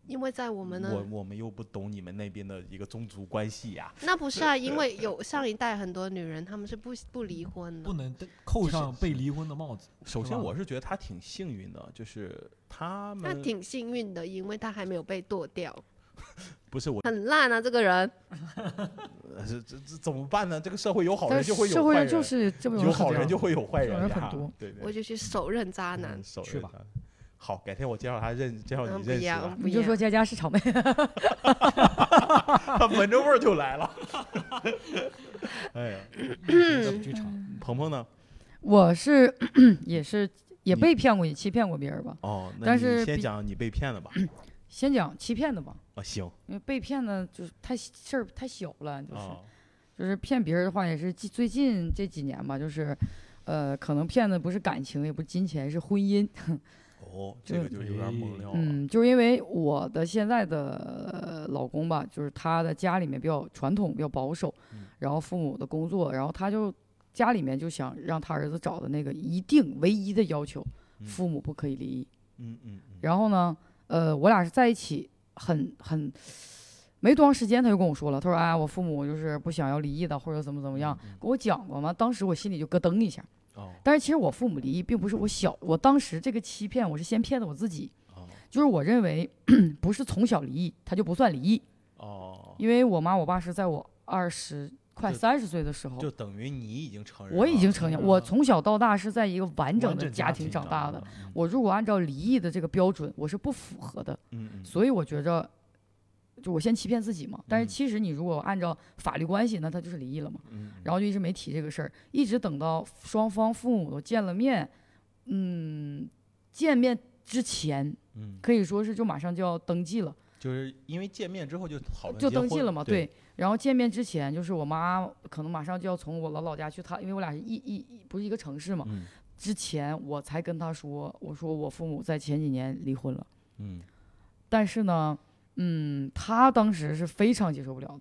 S5: 因为在我们那
S2: 我我们又不懂你们那边的一个宗族关系呀。
S5: 那不是啊，因为有上一代很多女人，她们是不不离婚的
S4: 不。能戴扣
S2: 是
S4: 上被
S2: 是
S4: 离婚的帽子。
S2: 首
S4: 是
S2: 先，
S4: 吧
S2: 我是觉得他挺幸运的，就是他
S5: 她
S2: 们
S5: 挺幸运的，因为她还没有被剁掉，
S2: 不是我，
S5: 很烂啊！这个人，
S2: 呃这这这怎么办呢？这个社会有好
S3: 但
S2: 人
S3: 是
S2: 就会
S3: 社
S2: 有
S3: 会
S2: 坏
S3: 上
S2: 人，
S3: 就是这么
S2: 有好人就
S3: 会
S2: 会有坏
S3: 这
S2: 人
S3: 种人
S2: 呀
S3: 很多。
S2: 对对
S5: 我就去手刃渣男 [LAUGHS]
S2: 嗯。手
S4: 去
S2: 刃
S4: 吧
S2: 他。好，改天我介绍他认，介绍
S3: 啊
S5: 嗯，
S2: 你
S5: 不
S2: 认识
S5: 要，
S2: 吧。
S5: 不
S3: 你就说
S5: 要。
S3: 佳佳是草莓， [LAUGHS]
S2: 他闻着味儿就来了。 [LAUGHS] 哎呀，
S3: 嗯
S4: 小
S2: 嗯
S4: 剧场，
S2: 鹏鹏呢？
S3: 我是 [CLEARS THROAT] 也是也
S2: 你
S3: 被骗过，也欺骗过别人吧。
S2: 哦，那
S3: 但
S2: 你
S3: 是
S2: 先
S3: 比嗯
S2: 讲你被骗了吧？
S3: 先讲欺骗的吧，
S2: 啊，行
S3: 因为被骗的就是太事儿太小了，就是、
S2: 啊，
S3: 就是骗别人的话，也是近最近这几年吧，就是，呃，可能骗的不是感情，也不是金钱，是婚姻。
S2: 哦，这个就有点猛料了。
S3: 嗯，就是因为我的现在的呃老公吧，就是他的家里面比较传统，比较保守，
S2: 嗯
S3: 然后父母的工作，然后他就家里面就想让他儿子找的那个一定唯一的要求，
S2: 嗯
S3: 父母不可以离异。
S2: 嗯嗯嗯，
S3: 然后呢，呃，我俩是在一起很很没多长时间，他就跟我说了，他说：“哎，我父母就是不想要离异的，或者怎么怎么样。
S2: 嗯嗯
S3: 跟我讲过嘛，当时我心里就咯噔一下。
S2: 哦
S3: 但是其实我父母离异并不是我小，我当时这个欺骗我是先骗的我自己，
S2: 哦
S3: 就是我认为 [CLEARS THROAT] 不是从小离异，他就不算离异，
S2: 哦，
S3: 因为我妈我爸是在我二十快
S2: 就
S3: 三十岁的时候
S2: 就。等于你已经成人了，
S3: 我已经成年，
S4: 嗯
S3: 我从小到大是在一个完整
S4: 完
S3: 的
S4: 整
S3: 家
S4: 家
S3: 庭
S4: 庭
S3: 长
S4: 长
S3: 大
S4: 大
S3: 的。
S4: 的
S2: 嗯
S3: 我如果按照离异的这个标准，我是不符合的。
S2: 嗯嗯，
S3: 所以我觉着，就我先欺骗自己嘛。但是
S2: 嗯
S3: 其实你如果按照法律关系，那他就是离异了嘛。
S2: 嗯，
S3: 然后就一直没提这个事儿，一直等到双方父母都见了面，嗯，见面之前
S2: 嗯，
S3: 可以说是就马上就要登记了，
S2: 就是因为见面之后就讨论
S3: 就
S2: 结
S3: 登记
S2: 婚
S3: 了嘛，
S2: 对，
S3: 对。然后见面之前，就是我妈可能马上就要从我姥姥家去她，因为我俩是一一一不是一个城市嘛，
S2: 嗯
S3: 之前我才跟她说，我说我父母在前几年离婚了，
S2: 嗯，
S3: 但是呢，嗯，她当时是非常接受不了的，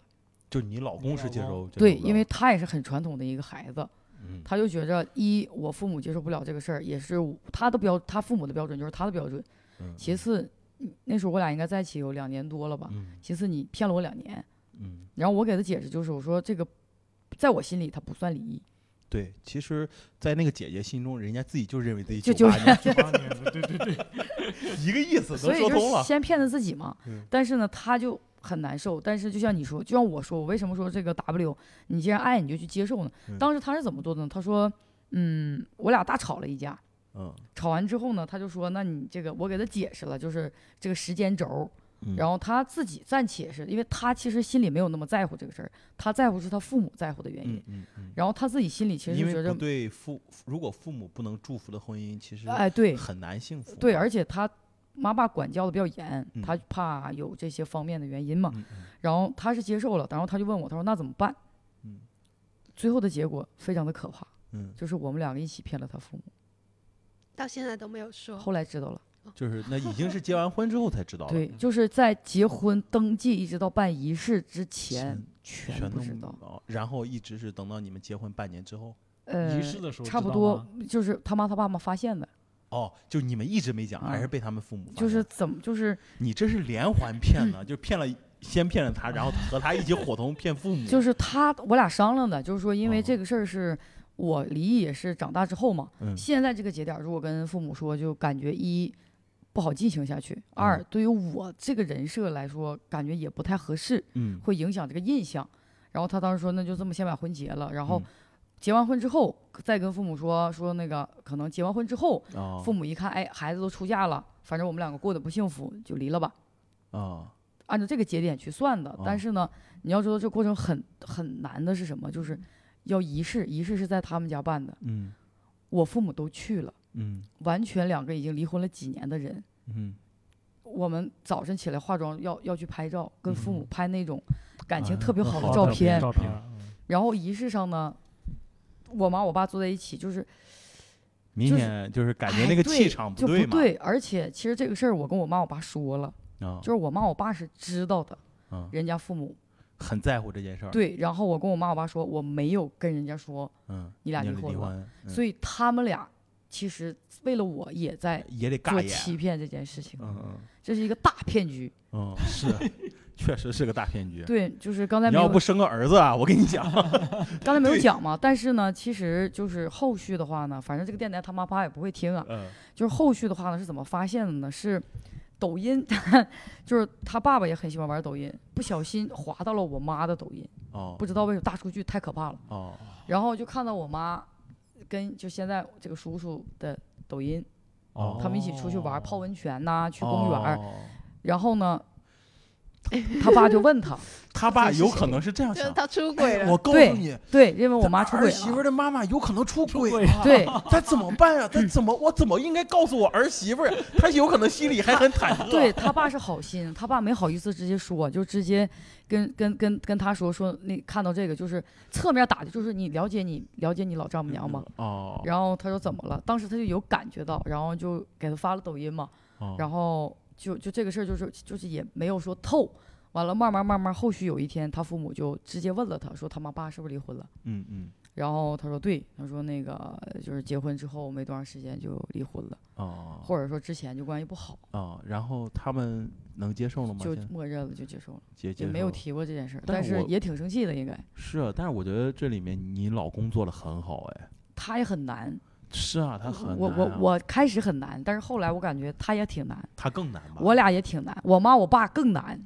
S2: 就你老公是接
S4: 老
S2: 受这
S3: 对，
S2: 种的
S3: 因为她也是很传统的一个孩子，
S2: 嗯
S3: 他就觉着一我父母接受不了这个事儿，也是我他的标他父母的标准就是他的标准。
S2: 嗯
S3: 其次，嗯那时候我俩应该在一起有两年多了吧。
S2: 嗯
S3: 其次你骗了我两年，
S2: 嗯，
S3: 然后我给他解释就是我说这个，在我心里他不算离异，
S2: 对，其实，在那个姐姐心中，人家自己就认为自己
S3: 就
S2: 九八
S3: 就
S2: 年
S4: 九八年的，对
S3: [LAUGHS]
S4: 对对，
S2: [LAUGHS] 一个意思，
S3: 所
S2: 能
S3: 以
S2: 说
S3: 就
S2: 通
S3: 是
S2: 了。
S3: 先骗了自己嘛。
S2: 嗯
S3: 但是呢，他就很难受。但是就像你说，就像我说，我为什么说这个 W，你既然爱你就去接受呢？
S2: 嗯
S3: 当时他是怎么做的呢？他说，嗯，我俩大吵了一架，
S2: 嗯
S3: 吵完之后呢，他就说，那你这个我给他解释了，就是这个时间轴儿。
S2: 嗯，
S3: 然后他自己暂且是因为他其实心里没有那么在乎这个事儿，他在乎是他父母在乎的原因。
S2: 嗯嗯嗯，
S3: 然后他自己心里其实
S2: 因
S3: 就觉
S2: 为不
S3: 着，
S2: 对父，如果父母不能祝福的婚姻，其实 [LAUGHS]
S3: 哎，对
S2: 很难幸福。
S3: 对，而且他妈爸管教的比较严，
S2: 嗯
S3: 他怕有这些方面的原因嘛。
S2: 嗯
S3: 然后他是接受了，然后他就问我，他说那怎么办？
S2: 嗯
S3: 最后的结果非常的可怕，
S2: 嗯，
S3: 就是我们两个一起骗了他父母。
S5: [LAUGHS] 到现在都没有说。
S3: 后来知道了，
S2: 就是那已经是结完婚之后才知道的，
S3: 对，就是在结婚登记一直到办仪式之前
S2: 嗯，
S3: 全
S2: 全
S3: 不
S2: 都
S3: 知道。
S2: 道。然后一直是等到你们结婚半年之后，
S3: 呃
S4: 仪，式的时候
S3: 差
S4: 知
S3: 不
S4: 道
S3: 多
S4: 吗
S3: 就是他妈他爸妈发现的，
S2: 哦，就你们一直没讲，还
S3: 啊
S2: 是被他们父母发
S3: 就是
S2: 现
S3: 怎么就是
S2: 你这是连
S3: [LAUGHS]
S2: 环骗呢，就骗了先骗了他，然后和他一起伙同骗父母，
S3: 就是他，我俩商量的，就是说，
S2: 嗯
S3: 因
S2: 哦
S3: 为这个事儿是我离异，也是长大之后嘛。
S2: 嗯
S3: 现在这个节点儿，如果跟父母说，就感觉一不好进行下去，
S2: 嗯
S3: 二对于我这个人设来说，感觉也不太合适，
S2: 嗯，
S3: 会影响这个印象。然后他当时说，那就这么先把婚结了，然后
S2: 嗯
S3: 结完婚之后再跟父母说说那个，可能结完婚之后，
S2: 啊
S3: 父母一看，哎，孩子都出嫁了，反正我们两个过得不幸福，就离了吧。
S2: 啊
S3: 按照这个节点去算的。
S2: 哦
S3: 但是呢，你要知道这过程很很难的是什么？就是要仪式，仪式是在他们家办的，
S2: 嗯
S3: 我父母都去了，
S2: 嗯
S3: 完全两个已经离婚了几年的人。
S2: 嗯，
S3: 我们早晨起来化妆要要去拍照，跟父母
S2: 嗯
S3: 拍那种感情
S2: 啊
S3: 特别好
S2: 好
S3: 的
S2: 的
S3: 照
S2: 照
S3: 片。
S4: 照片儿，
S3: 然后仪式上呢，我妈我爸坐在一起，就是
S2: 明
S3: 就是
S2: 显就是感觉
S3: 哎
S2: 那个
S3: 对
S2: 气场
S3: 就
S2: 对
S3: 不
S2: 嘛，
S3: 对。而且其实这个事儿我跟我妈我爸说了，
S2: 啊
S3: 就是我妈我爸是知道的，
S2: 啊，
S3: 人家父母
S2: 很在乎这件事儿，
S3: 对。然后我跟我妈我爸说，我没有跟人家说，
S2: 嗯，
S3: 你俩
S2: 要
S3: 离
S2: 离
S3: 婚了吧
S2: 婚，嗯
S3: 所以他们俩其实为了我也在
S2: 也得
S3: 做
S2: 尬
S3: 欺
S2: 演，
S3: 骗这件事情，
S2: 嗯嗯
S3: 这是一个大骗局。
S2: 嗯，是，确实是个大骗局。
S3: 对，就是刚才
S2: 你
S3: 没有
S2: 要不生个儿子啊，我跟你
S3: [LAUGHS]
S2: 讲，
S3: 刚才没有
S2: 对
S3: 讲嘛，但是呢，其实就是后续的话呢，反正这个电台他妈爸也不会听啊。
S2: 嗯
S3: 就是后续的话呢是怎么发现的呢？是抖音， [LAUGHS] 就是他爸爸也很喜欢玩抖音，不小心滑到了我妈的抖音，
S2: 哦
S3: 不知道为什么大数据太可怕了，
S2: 哦，
S3: 然后就看到我妈跟就现在这个叔叔的抖音，
S2: 哦
S3: 他们一起出去玩泡温泉呐、去公园儿。
S2: 哦
S3: 然后呢，他爸就问他，
S2: 他爸
S3: 这是
S2: 有
S3: 谁
S2: 可能是这样
S5: 就是
S2: 想。哎
S5: 他出轨了，
S2: 我告诉
S3: 对
S2: 你，
S3: 对，认为我妈
S2: 他
S3: 出
S2: 儿
S3: 轨
S2: 媳妇儿
S3: 了，
S2: 的妈妈有可能出
S4: 出
S2: 轨
S4: 轨
S2: 啊，
S3: 对
S2: 他怎么办啊？他怎么我怎么应该告诉我儿媳妇儿？他有可能心里还很 [LAUGHS] 忐忑。
S3: 对，他爸是好心，他爸没好意思直接说，就直接跟跟跟跟他说说那看到这个就是侧面打的，就是你了解你了解你老丈母娘吗？
S2: 哦，
S3: 然后他说怎么了？当时他就有感觉到，然后就给他发了抖音嘛，
S2: 哦
S3: 然后就就这个事儿就是就是也没有说透。完了，慢慢慢慢，后续有一天，他父母就直接问了他，说他妈爸是不是离婚了？
S2: 嗯嗯
S3: 然后他说对，他说那个就是结婚之后没多长时间就离婚了，
S2: 哦
S3: 或者说之前就关系不好，
S2: 哦，然后他们能接受了吗？
S3: 就
S2: 现在
S3: 默认了就接受了，
S2: 接接
S3: 也没有
S2: 受
S3: 提过这件事儿，
S2: 但
S3: 但
S2: 是
S3: 是
S2: 我
S3: 也挺生气的，应该
S2: 是啊，但是我觉得这里面你老公做的很好哎。
S3: 他也很难，
S2: 是啊，他很
S3: 我
S2: 难
S3: 我
S2: 啊
S3: 我开始很难，但是后来我感觉他也挺难，
S2: 他更难吧？
S3: 我俩也挺难，我妈我爸更难，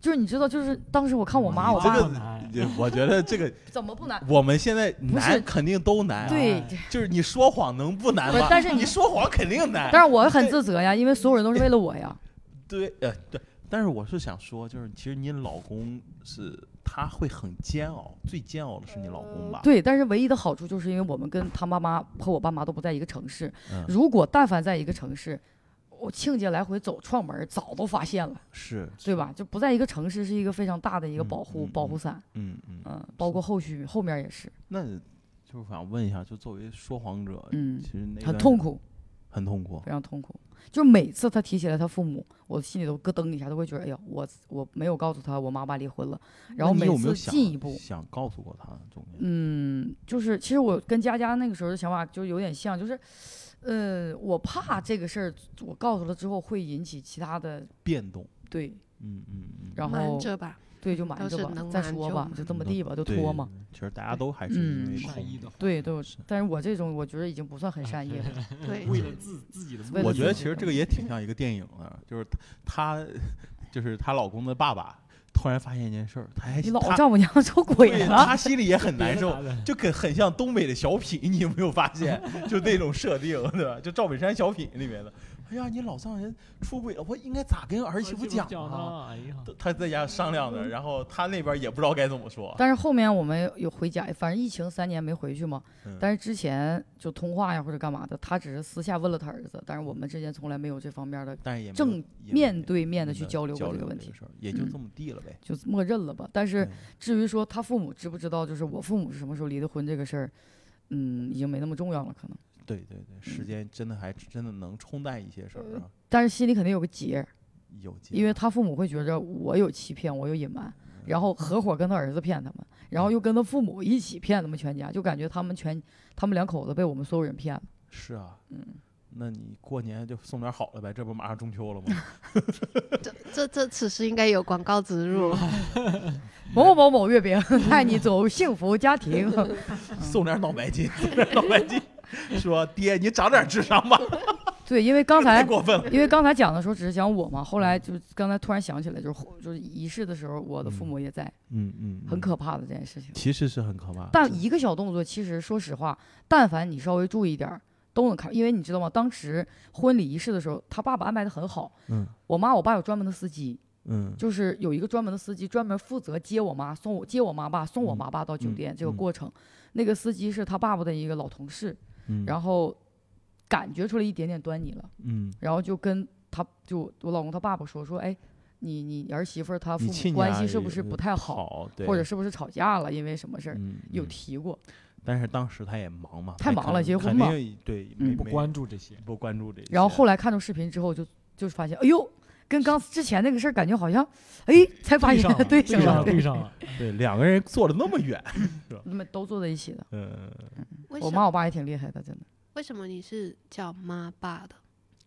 S3: 就是你知道，就是当时我看我妈
S2: 你
S3: 我
S2: 这
S3: 爸
S2: 个
S4: 难
S2: 这我觉得这个
S3: 怎么不难，
S2: 我们现在
S3: 不是
S2: 难肯定都难，
S3: 对，
S2: 就是你说谎能不难
S3: 不是
S2: 吗？
S3: 但是
S2: 你
S3: 你
S2: 说谎肯定难。
S3: 但是我很自责呀，因为所有人都是为了我呀，
S2: 对，呃，对，但是我是想说，就是其实你老公是他会很煎熬，最煎熬的是你老公吧？
S3: 对，但是唯一的好处就是因为我们跟他妈妈和我爸妈都不在一个城市，
S2: 嗯，
S3: 如果但凡在一个城市，我亲家来回走串门儿早都发现了，
S2: 是，
S3: 对吧？就不在一个城市是一个非常大的一个
S2: 嗯
S3: 保护、
S2: 嗯
S3: 保护伞，
S2: 嗯嗯。
S3: 嗯，包括后续后面儿也是，
S2: 那就是想问一下，就作为说谎者，
S3: 嗯
S2: 呃其实那
S3: 很
S2: 段
S3: 痛，苦，
S2: 很痛苦。
S3: 非常痛苦。就是每次他提起来他父母，我心里都咯噔一下，都会觉得哎呀，我我没有告诉他我妈妈离婚了，然后
S2: 那你
S3: 每
S2: 有没有
S3: 次
S2: 想
S3: 进一步，
S2: 想告诉过他中间？
S3: 嗯，就是其实我跟佳佳那个时候的想法就有点像，就是，呃，我怕这个事儿我告诉了之后会引起其他的
S2: 变动，
S3: 对，
S2: 嗯嗯嗯，
S3: 然后
S5: 瞒着吧，
S3: 对就瞒
S5: 要
S3: 着
S5: 是
S3: 吧
S5: 能，
S3: 再
S5: 瞒
S3: 说
S5: 就
S3: 吧，就这么
S2: 瞒
S3: 地吧，就
S2: 嗯对
S3: 拖嘛。。
S2: 其实大家都还是因
S3: 嗯
S2: 为
S4: 善
S2: 恐
S4: 意
S2: 惧
S4: 的。
S3: 对对
S2: 是，哎
S3: 但是我这种我觉得已经不算很善意了。
S5: 对，
S4: 为了自自己的目
S3: 为
S4: 的
S2: 我
S3: 了
S2: 觉得
S3: 自
S2: 其
S3: 己
S2: 实
S3: 的
S2: 这个也挺像一个电影的，就是她，就是她老公的爸爸突然发现一件事儿，他还 [LAUGHS]
S3: 你老
S2: 他
S3: 丈母娘 [LAUGHS] 出轨
S2: 对
S3: 了，
S2: 他心里也很难受，
S4: 的
S2: 就跟很像东北的小品，你有没有发现？就那种设定，对吧？就赵本山小品里面的。哎呀，你老丈人出轨了，我应该咋跟儿媳妇讲啊？
S4: 呢？哎呀，
S2: 他在家商量着，然后他那边也不知道该怎么说。
S3: 但是后面我们有回家，反正疫情三年没回去嘛。
S2: 嗯
S3: 但是之前就通话呀或者干嘛的，他只是私下问了他儿子，但是我们之间从来没有这方面的，
S2: 但是也没有
S3: 正
S2: 也没有
S3: 面对面的去交流
S2: 交
S3: 过这
S2: 流
S3: 个问
S2: 这
S3: 题，
S2: 事儿，也就
S3: 嗯
S2: 这么地了呗。
S3: 就默认了吧。但是
S2: 嗯
S3: 至于说他父母知不知道，就是我父母是什么时候离的婚这个事儿，嗯，已经没那么重要了，可能。
S2: 对对对，时
S3: 嗯
S2: 间真的还真的能冲淡一些事儿啊，
S3: 但是心里肯定有个结儿，
S2: 有劲
S3: 嗯因为他父母会觉着我有欺骗，我有隐瞒，
S2: 嗯
S3: 然后合伙跟他儿子骗他们，然后又跟他父母一起骗他们全家，就感觉他们全他们两口子被我们所有人骗了。
S2: 是啊，
S3: 嗯，
S2: 那你过年就送点好的呗，这不马上中秋了吗？
S5: 这这这此时应该有广告植入，
S2: [LAUGHS]
S3: 某
S2: 嗯
S3: 某某某月饼带你走幸福
S2: [LAUGHS]
S3: 家庭。嗯
S2: 送点脑白金，送点脑白金，
S3: [LAUGHS]
S2: 说爹你长点智商吧，
S3: 对，因为刚
S2: 太
S3: 才
S2: 过分了。
S3: 因为刚才讲的时候只是讲我嘛，后来就是刚才突然想起来，就是就是仪式的时候，我的父母也在，
S2: 嗯嗯
S3: 很，可怕的这件事情。
S2: 其实是很可怕。
S3: 但一个小动作，其实说实话，但凡你稍微注意点儿，都能看。因为你知道吗？当时婚礼仪式的时候，他爸爸安排的很好。
S2: 嗯
S3: 我妈我爸有专门的司机，
S2: 嗯
S3: 就是有一个专门的司机，专门负责接我妈、送我接我妈爸、送我妈爸到酒店、这个
S2: 嗯
S3: 过程。那个司机是他爸爸的一个老同事，
S2: 嗯
S3: 然后感觉出来一点点端倪了，
S2: 嗯，
S3: 然后就跟他就我老公他爸爸说说，哎，你你儿媳妇儿她父
S2: 你
S3: 母
S2: 亲
S3: 关
S2: 家
S3: 系是
S2: 也
S3: 不是不太好，
S2: 好，对
S3: 或者是不是吵架了，因为什么事儿、
S2: 嗯
S3: 有
S2: 嗯
S3: 提过。
S2: 但是当时他也忙嘛，
S3: 太忙
S2: 肯
S3: 了结
S2: 肯
S3: 婚嘛
S2: 定对，
S3: 嗯
S2: 没
S4: 不
S2: 没
S4: 关注这些。
S2: 不关注这些。
S3: 然后后来看到视频之后就，就发现，哎呦，跟刚之前那个事儿感觉好像，哎，才 [LAUGHS] 发
S4: 对
S3: 现
S4: 上了，
S3: 对
S4: 对
S3: 上
S4: 上
S3: 了，
S4: 了，
S3: 对
S4: 对上了。
S2: 对两个人坐的那么远，
S3: 那么都坐在一起的。
S2: 嗯，
S5: 为
S3: 我
S5: 什
S3: 妈
S5: 么
S3: 我爸也挺厉害的，真的。
S5: 为什么你是叫妈爸的？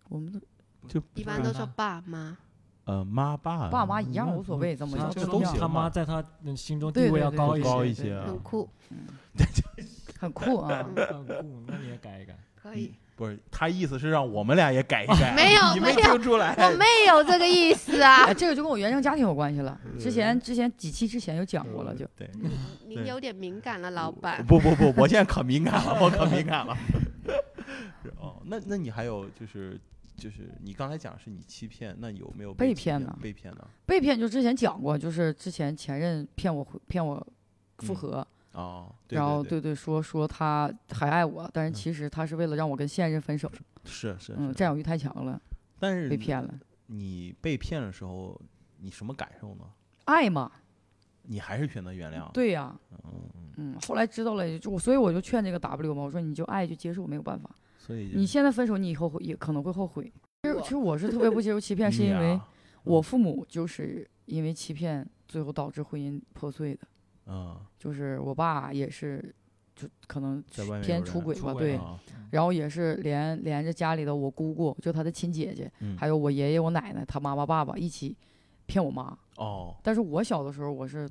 S3: 我们都
S2: 就
S5: 一般都说爸妈，
S2: 呃妈爸
S3: 爸妈一样
S2: 嗯
S3: 无所谓，怎么
S2: 啊
S3: 样
S2: 这
S3: 就
S2: 都
S3: 这样
S2: 行
S4: 他
S2: 嘛
S4: 妈在他的心中
S3: 对
S4: 地位
S3: 对
S4: 要
S3: 对
S4: 高
S3: 对对
S4: 一
S2: 高
S4: 些。
S2: 一些啊
S5: 很酷，
S3: 很酷
S4: [LAUGHS]
S3: 啊。
S5: 嗯
S4: 嗯顾那你也改一改。
S5: 可以。
S2: 不是他意思是让我们俩也改一改，
S5: 没有
S2: 你没
S5: 没有
S2: 听出来？
S5: 我没有这个意思啊
S3: 哎，，这个就跟我原生家庭有关系了。之前之前几期之前有讲过了，就
S2: 对，
S5: 您有点敏感了，老板。
S2: 不不不，我现在可敏感了，我可敏感了。 [LAUGHS] 是哦，那那你还有就是就是你刚才讲是你欺骗，那有没有
S3: 被
S2: 欺
S3: 骗
S2: 骗
S3: 呢
S2: 被骗呢？
S3: 被骗就之前讲过，就是之前前任骗我回骗我复
S2: 嗯
S3: 合，
S2: 哦，对
S3: 然后
S2: 对，
S3: 对对说说他还爱我，但是
S2: 嗯
S3: 其实他是为了让我跟现任分手，
S2: 是是嗯
S3: 嗯，
S2: 是
S3: 占有欲太强了，
S2: 但是
S3: 被骗了。
S2: 你被骗的时候，你什么感受呢？
S3: 爱嘛，
S2: 你还是选择原谅？，
S3: 对呀、
S2: 啊嗯嗯，
S3: 嗯，后来知道了，就所以我就劝这个 W 嘛，我说你就爱就接受，没有办法。
S2: 所以
S3: 你现在分手，你以后会也可能会后悔。其实
S5: 我
S3: 其实我是特别不接受
S2: [LAUGHS]
S3: 欺骗，是
S2: 你
S3: 因为
S2: 啊
S3: 我父母就是因为欺骗，最后导致婚姻破碎的。
S2: 嗯，
S3: 就是我爸也是，就可能
S2: 在外面
S3: 偏
S2: 有人
S3: 出轨
S4: 出
S3: 吧，
S4: 轨
S3: 对
S4: 了。
S2: 啊
S3: 然后也是连连着家里的我姑姑，就她的亲姐姐，
S2: 嗯
S3: 还有我爷爷、我奶奶、他妈妈、爸爸一起骗我妈。
S2: 哦，
S3: 但是我小的时候我是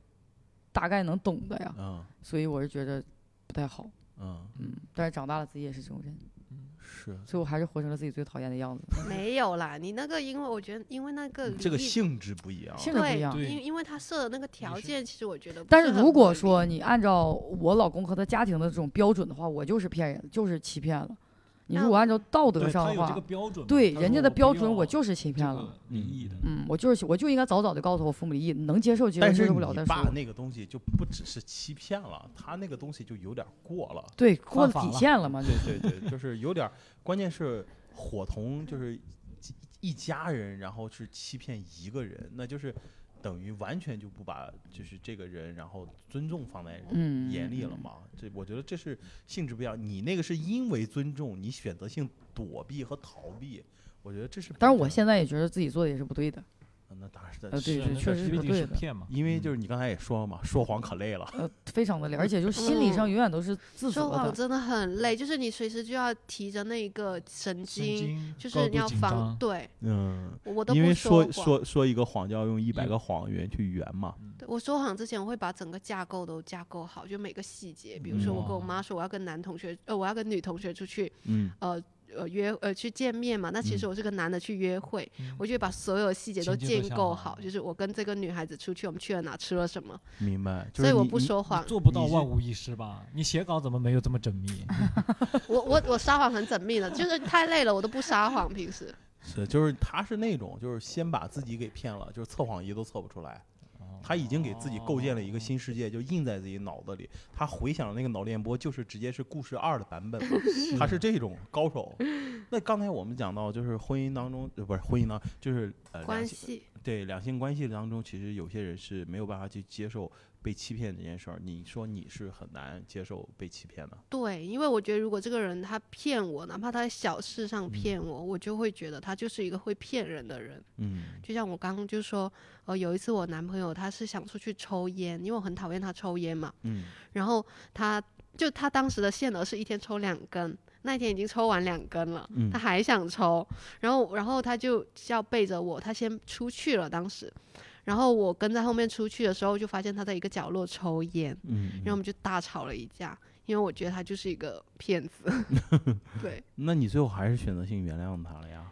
S3: 大概能懂的呀，
S2: 嗯
S3: 所以我是觉得不太好。
S2: 嗯，
S3: 嗯，但是长大了自己也是这种人，
S4: 嗯
S2: 是
S3: 所以我还是活成了自己最讨厌的样子。
S5: 没有啦，你那个，因为我觉得，因为那个
S2: 这个
S5: 离
S2: 性质不一样。
S3: 性质不一
S5: 对，
S3: 样
S5: 因
S4: 对
S5: 为因为他设的那个条件，其实我觉得不
S3: 但
S5: 是
S3: 是
S5: 很
S3: 如果
S5: 合理
S3: 说你按照我老公和他家庭的这种标准的话，我就是骗人，就是欺骗了。你如果按照道德上
S4: 他
S3: 的
S4: 有这个
S3: 话，
S4: 标准嘛，
S3: 对
S4: 他
S3: 人
S4: 说
S3: 家的
S4: 我不
S3: 标
S4: 要
S3: 准，我就是欺
S4: 这
S3: 骗了。
S4: 个离异的，
S3: 嗯，我就是我就应该早早的告诉我父母离异，能接受接受，
S2: 但
S3: 接
S2: 是
S3: 受
S2: 你
S3: 不了再
S2: 爸
S3: 说。
S2: 那个东西就不只是欺骗了，他那个东西就有点过了。
S3: 对，过
S4: 犯
S3: 了
S4: 法
S3: 底
S4: 了
S3: 线
S4: [LAUGHS]
S3: 了嘛，就
S2: 啊对对对，就是有点儿，关键是伙同就是一一家人，然后是欺骗一个人，那就是等于完全就不把就是这个人然后尊重放在
S3: 嗯
S2: 眼里了嘛。这我觉得这是性质不一样，你那个是因为尊重，你选择性躲避和逃避，我觉得这是不一样的。
S3: 但是我现在也觉得自己做的也是不对的，
S2: 啊那当然是
S3: 呃
S2: 在
S3: 对
S2: 是
S3: 对
S4: 那
S3: 确
S4: 个
S3: 实是
S4: 毕
S3: 不
S4: 竟
S3: 对
S4: 是
S3: 的
S4: 骗嘛，
S2: 因为就是你刚才也说了嘛，说谎可累了。
S3: 呃，非常的累，而且就是心理上
S5: 嗯
S3: 永远都是自
S5: 说
S3: 责
S5: 谎
S3: 的。
S5: 真的很累，就是你随时就要提着那个神
S4: 神
S5: 经，
S4: 经
S5: 就是你要防。对。
S2: 嗯，
S5: 我都
S2: 因
S5: 不嗯
S2: 为说
S5: 谎，
S2: 说说一个谎就要用一百
S4: 一
S2: 个谎言去圆嘛。
S5: 对我说谎之前，我会把整个架构都架构好，就每个细节。比如说，我跟我妈说我要跟男同学，呃，我要跟女同学出去，
S2: 嗯，
S5: 呃呃约呃去见面嘛。那其实我是跟男的去约会，
S4: 嗯
S5: 我就会把所有细节都
S4: 情节都
S5: 建
S4: 想
S5: 构
S4: 好
S5: 好，就是我跟这个女孩子出去，我们去了哪，吃了什么。
S2: 明白。就
S5: 所以
S2: 是
S5: 我
S2: 你
S5: 不
S2: 你
S5: 说谎
S4: 你，做不到
S2: 你是
S4: 万无一失吧？你写稿怎么没有这么缜
S3: [LAUGHS]
S4: 密？哦
S5: 我我我撒谎很缜密的，就是太累了，我都不撒谎。平时
S2: 是，就是他是那种，就是先把自己给骗了，就是测谎仪都测不出来。他已经给自己构建了一
S4: 哦
S2: 个新世界，就印在自己脑子里。他回想的那个脑电波，就是直接是故事二的版本
S5: [LAUGHS]
S2: 了。他是这种高手。那刚才我们讲到，就是婚姻当中，呃不是婚姻当，就是呃两
S5: 关
S2: 性
S5: 系
S2: 对两性关系当中，其实有些人是没有办法去接受被欺骗这件事儿。你说你是很难接受被欺骗的，
S5: 对，因为我觉得如果这个人他骗我，哪怕他在小事
S4: 嗯
S5: 上骗我，我就会觉得他就是一个会骗人的人。
S2: 嗯
S5: 就像我刚刚就说，呃，有一次我男朋友他是想出去抽烟，因为我很讨厌他抽烟嘛，
S2: 嗯，
S5: 然后他就他当时的限额是一天抽两根。那一天已经抽完两根了，
S2: 嗯
S5: 他还想抽，然后然后他就要背着我，他先出去了当时，然后我跟在后面出去的时候，就发现他在一个角落抽烟，
S2: 嗯，
S5: 然后我们就大吵了一架，因为我觉得他就是一个
S2: [LAUGHS]
S5: 骗子。对
S2: 那你最后还是选择性原谅他了呀？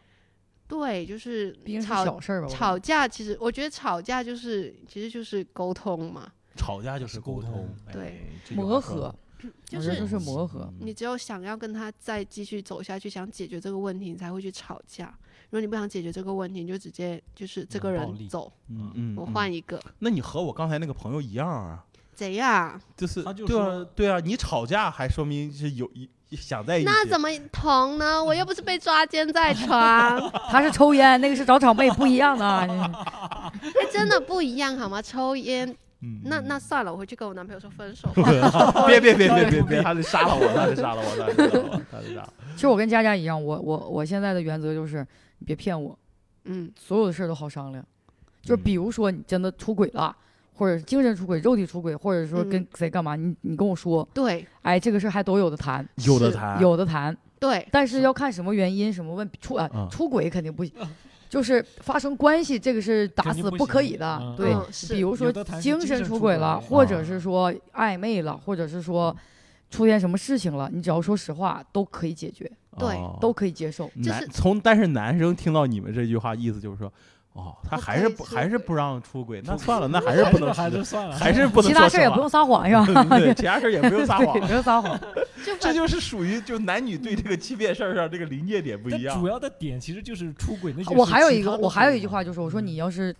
S5: 对，就是
S3: 毕竟是小
S5: 吵
S3: 事儿吧，我
S5: 吵架，其实我觉得吵架就是其实就是沟
S3: [CLEARS THROAT]
S5: 通嘛，
S2: 吵架就是
S4: 是
S2: 沟
S4: 沟
S2: 通
S4: 通，
S5: 对
S2: 哎，这句话
S3: 磨
S2: 说
S3: 合
S2: 得，
S5: 就
S3: 我觉得
S5: 是
S3: 就是磨合。
S5: 你只有想要跟他再继续走下去，想解决这个问题，你才会去吵架。如果你不想解决这个问题，你就直接就是这个
S4: 冷暴
S5: 人
S4: 力
S5: 走，
S2: 嗯嗯，
S5: 我
S2: 嗯
S5: 换一个，
S2: 那你和我刚才那个朋友一样啊，
S5: 怎样？
S2: 就是
S4: 他就
S2: 对
S4: 说
S2: 啊对啊，你吵架还说明是有一想在一起，
S5: 那怎么同呢？我又不是被抓奸在床，
S3: [LAUGHS] 他是抽烟，那个是找场妹，不一样的啊。
S4: [LAUGHS]
S5: 哎，真的不一样好吗？抽烟，
S2: 嗯？
S5: 那
S2: 嗯
S5: 那算了，我回去跟我男朋友说分手吧。
S2: 别别别别别别，他得杀了我，他得杀了我，他得杀了我，他得杀了我。
S3: 其实我跟佳佳一样，我我我现在的原则就是，你别骗我，
S5: 嗯，
S3: 所有的事儿都好商量。就是
S2: 嗯
S3: 比如说你真的出轨了，或者是精神出轨、肉体出轨，或者说跟
S5: 嗯
S3: 谁干嘛，你你跟我说，
S5: 对
S3: 哎，这个事儿还都有的谈，
S2: 有的
S5: 是
S4: 啊
S2: 谈，
S3: 有的谈。
S5: 对，
S3: 但是要看什么原因、什么问出啊、
S2: 嗯
S3: 出轨肯定不行，就是发生关系这个是打
S4: 肯定
S3: 死
S4: 不
S3: 不可
S4: 行
S3: 以的。
S4: 嗯
S3: 对，
S5: 嗯是
S3: 比如说
S4: 有的谈是
S3: 精
S4: 精
S3: 神
S4: 神
S3: 出
S4: 出
S3: 轨
S4: 轨
S3: 了，
S4: 啊
S3: 或者是说暧昧了，或者是说出现什么事情了，你只要说实话都可以解决，
S5: 对
S2: 哦
S3: 都可以接受。
S5: 就是
S2: 男从但是男生听到你们这句话，意思就是说，哦，他
S5: 我
S2: 还
S5: 可
S2: 是
S5: 以
S2: 不
S5: 出
S2: 还是
S5: 轨
S2: 不让出轨，那算了，那还是不能
S4: 还
S2: 吃
S4: 是算了，
S2: 还是不能
S3: 其
S2: 说
S3: 他事儿也
S2: 实
S3: 不
S2: 话
S3: 用撒谎，是吧？ [LAUGHS]
S2: 对，其他事儿 [LAUGHS] 也不用撒谎
S3: 对，不。用撒谎。
S5: 就
S2: 这
S5: 反
S2: 就是属于就男女对这个欺骗事儿上这个临界点不
S4: 但
S2: 一样
S4: 主。要的点其实就是出轨那些。
S3: 我还有一个，我还有一句
S4: 句
S3: 话就是，我说你要是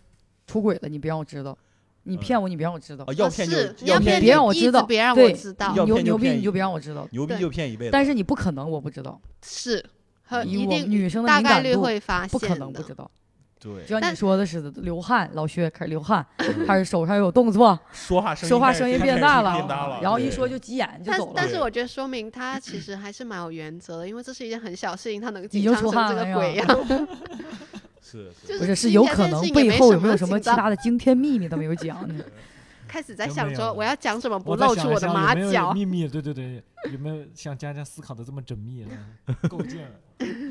S3: 出轨了，你别让我知道，你
S2: 嗯
S3: 骗我，你别让我知道
S2: 啊，，
S5: 我
S2: 要骗就是
S5: 哦你
S2: 要
S5: 要
S2: 骗
S5: 骗
S3: 别
S5: 就
S3: 让我
S5: 一
S3: 知
S5: 直
S3: 道
S5: 别让
S3: 对
S5: 我知道
S2: 要，
S3: 牛
S2: 骗就
S3: 牛逼
S2: 骗
S3: 你就
S2: 一
S3: 别让我知道。
S2: 牛逼
S5: 对
S2: 就骗一辈子。
S3: 但是你不可能我不知道，
S5: 是和
S3: 以
S5: 一
S3: 我
S5: 定
S3: 女生的
S5: 大
S3: 敏
S5: 概
S3: 感
S5: 率
S3: 度，
S5: 会发
S3: 不可
S5: 现
S3: 能不知
S5: 的。
S3: 道。
S2: 对
S3: 就像你
S5: 但
S3: 说的似的，流汗，老薛开始流汗，开始手上有动作，
S2: 说话声音
S3: 说话
S2: 开始
S3: 声音
S2: 开
S3: 变
S2: 始
S3: 大了
S2: 变大了，
S3: 然后一
S2: 啊对
S3: 说就急眼就
S5: 但
S3: 走了
S5: 但。是我觉得说明他其实还是蛮有原则的，因为这是一件很小事情，他能
S3: 你
S5: 紧
S3: 就
S5: 张
S3: 出
S5: 成
S3: 汗
S5: 这
S3: 了
S5: 个
S3: 呀 [LAUGHS]
S5: 鬼样。
S2: 是是
S5: 就
S3: 不是，是
S5: 听
S3: 有
S5: 起来
S3: 可
S5: 这件
S3: 能
S5: 事情
S3: 背
S5: 也没
S3: 后有没有什
S5: 紧
S3: 么其
S5: 张
S3: 他的惊天秘密都没有
S5: [LAUGHS]
S3: 讲呢？
S5: 开始在
S4: 真
S5: 想
S4: 没有啊
S5: 说我要讲什么不
S4: 我在
S5: 露
S4: 想
S5: 出
S4: 一
S5: 我的
S4: 下有
S5: 马
S4: 没有
S5: 脚。
S4: 秘密，对对对，有没有像佳佳思考的这么缜密啊呢？构
S5: [LAUGHS]
S4: 建了。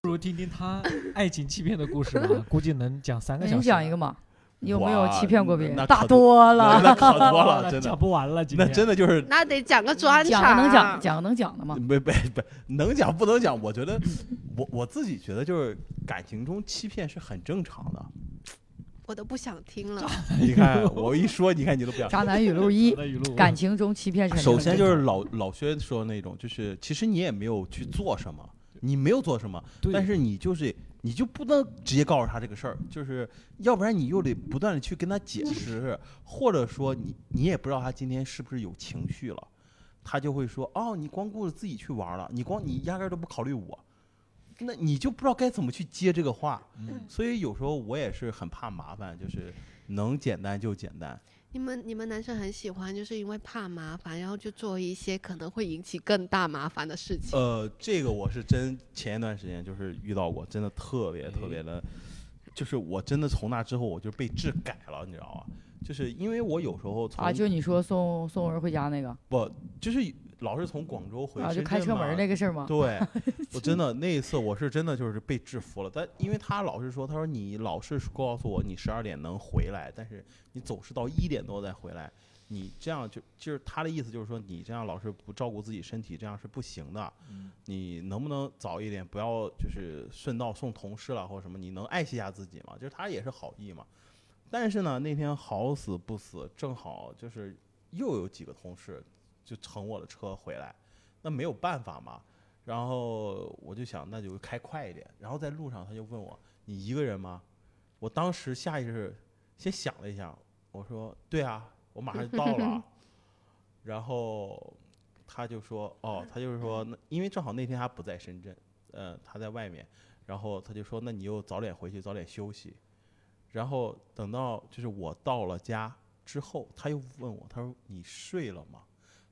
S4: 不如听听他爱情欺骗的故事吧，估计能讲三个小时。
S3: 你讲一个？嘛？你有没有
S2: 啊哇
S3: 欺骗过别人
S2: 那？
S3: 大
S2: 可
S3: 多
S2: 那
S3: 了，
S2: 那
S3: [LAUGHS]
S2: 可多了，真
S4: 讲
S2: 的，
S4: 不完了，今
S2: 那
S4: 天
S2: 真的就是
S5: 那得讲个专
S3: 讲个
S5: 场，啊
S3: 能讲，讲个能讲的嘛？
S2: 没没没能讲不能讲，我
S3: [LAUGHS]
S2: 觉得我我自己觉得就是感情中欺骗是很正常的，
S5: 我都不想听了。
S2: 你看我一说，你看你都不想。
S3: 渣男语
S2: [LAUGHS]
S3: 录一：
S4: 的语录
S3: 感情中欺骗是很
S2: 首先就
S3: 正
S2: 是老老薛说的那种，就是其实你也没有去做什么，你没有做什么，
S4: 对
S2: 但是你就是你就不能直接告诉他这个事儿，就是要不然你又得不断的去跟他解释，或者说你你也不知道他今天是不是有情绪了，他就会说哦，你光顾着自己去玩了，你光你压根儿都不考虑我。那你就不知道该怎么去接这个话，所以有时候我也是很怕麻烦，就是能简单就简单。
S5: 你们你们男生很喜欢，就是因为怕麻烦，然后就做一些可能会引起更大麻烦的事情。
S2: 呃，这个我是真前一段时间就是遇到过，真的特别特
S3: 嗯
S2: 别的，就是我真的从那之后我就被治改了，你知道吗？就是因为我有时候从、
S3: 啊，就你说送送人回家那个
S2: 不就是老是从广州回
S3: 啊，就
S2: 深
S3: 开
S2: 圳
S3: 车门
S2: 嘛
S3: 儿那个事儿吗？ [LAUGHS]
S2: 对，我真的那一次我是真的就是被制服了，但因为他老是说，他说你老是告诉我你十二点能回来，但是你总是到一点多再回来，你这样就就是他的意思就是说你这样老是不照顾自己身体，这样是不行的。你能不能早一点，不要就是顺道送同事了或者什么，你能爱惜一下自己嘛？就是他也是好意嘛。但是呢，那天好死不死，正好就是又有几个同事就乘我的车回来，那没有办法嘛。然后我就想，那就开快一点。然后在路上，他就问我：“你一个人吗？”我当时下意识先想了一下，我说：“对啊，我马上就到了啊。”然后他就说：“哦，他就是说，那因为正好那天他不在深圳，呃，他在外面。然后他就说：‘那你又早点回去，早点休息。’然后等到就是我到了家之后，他又问我：‘他说你睡了吗？’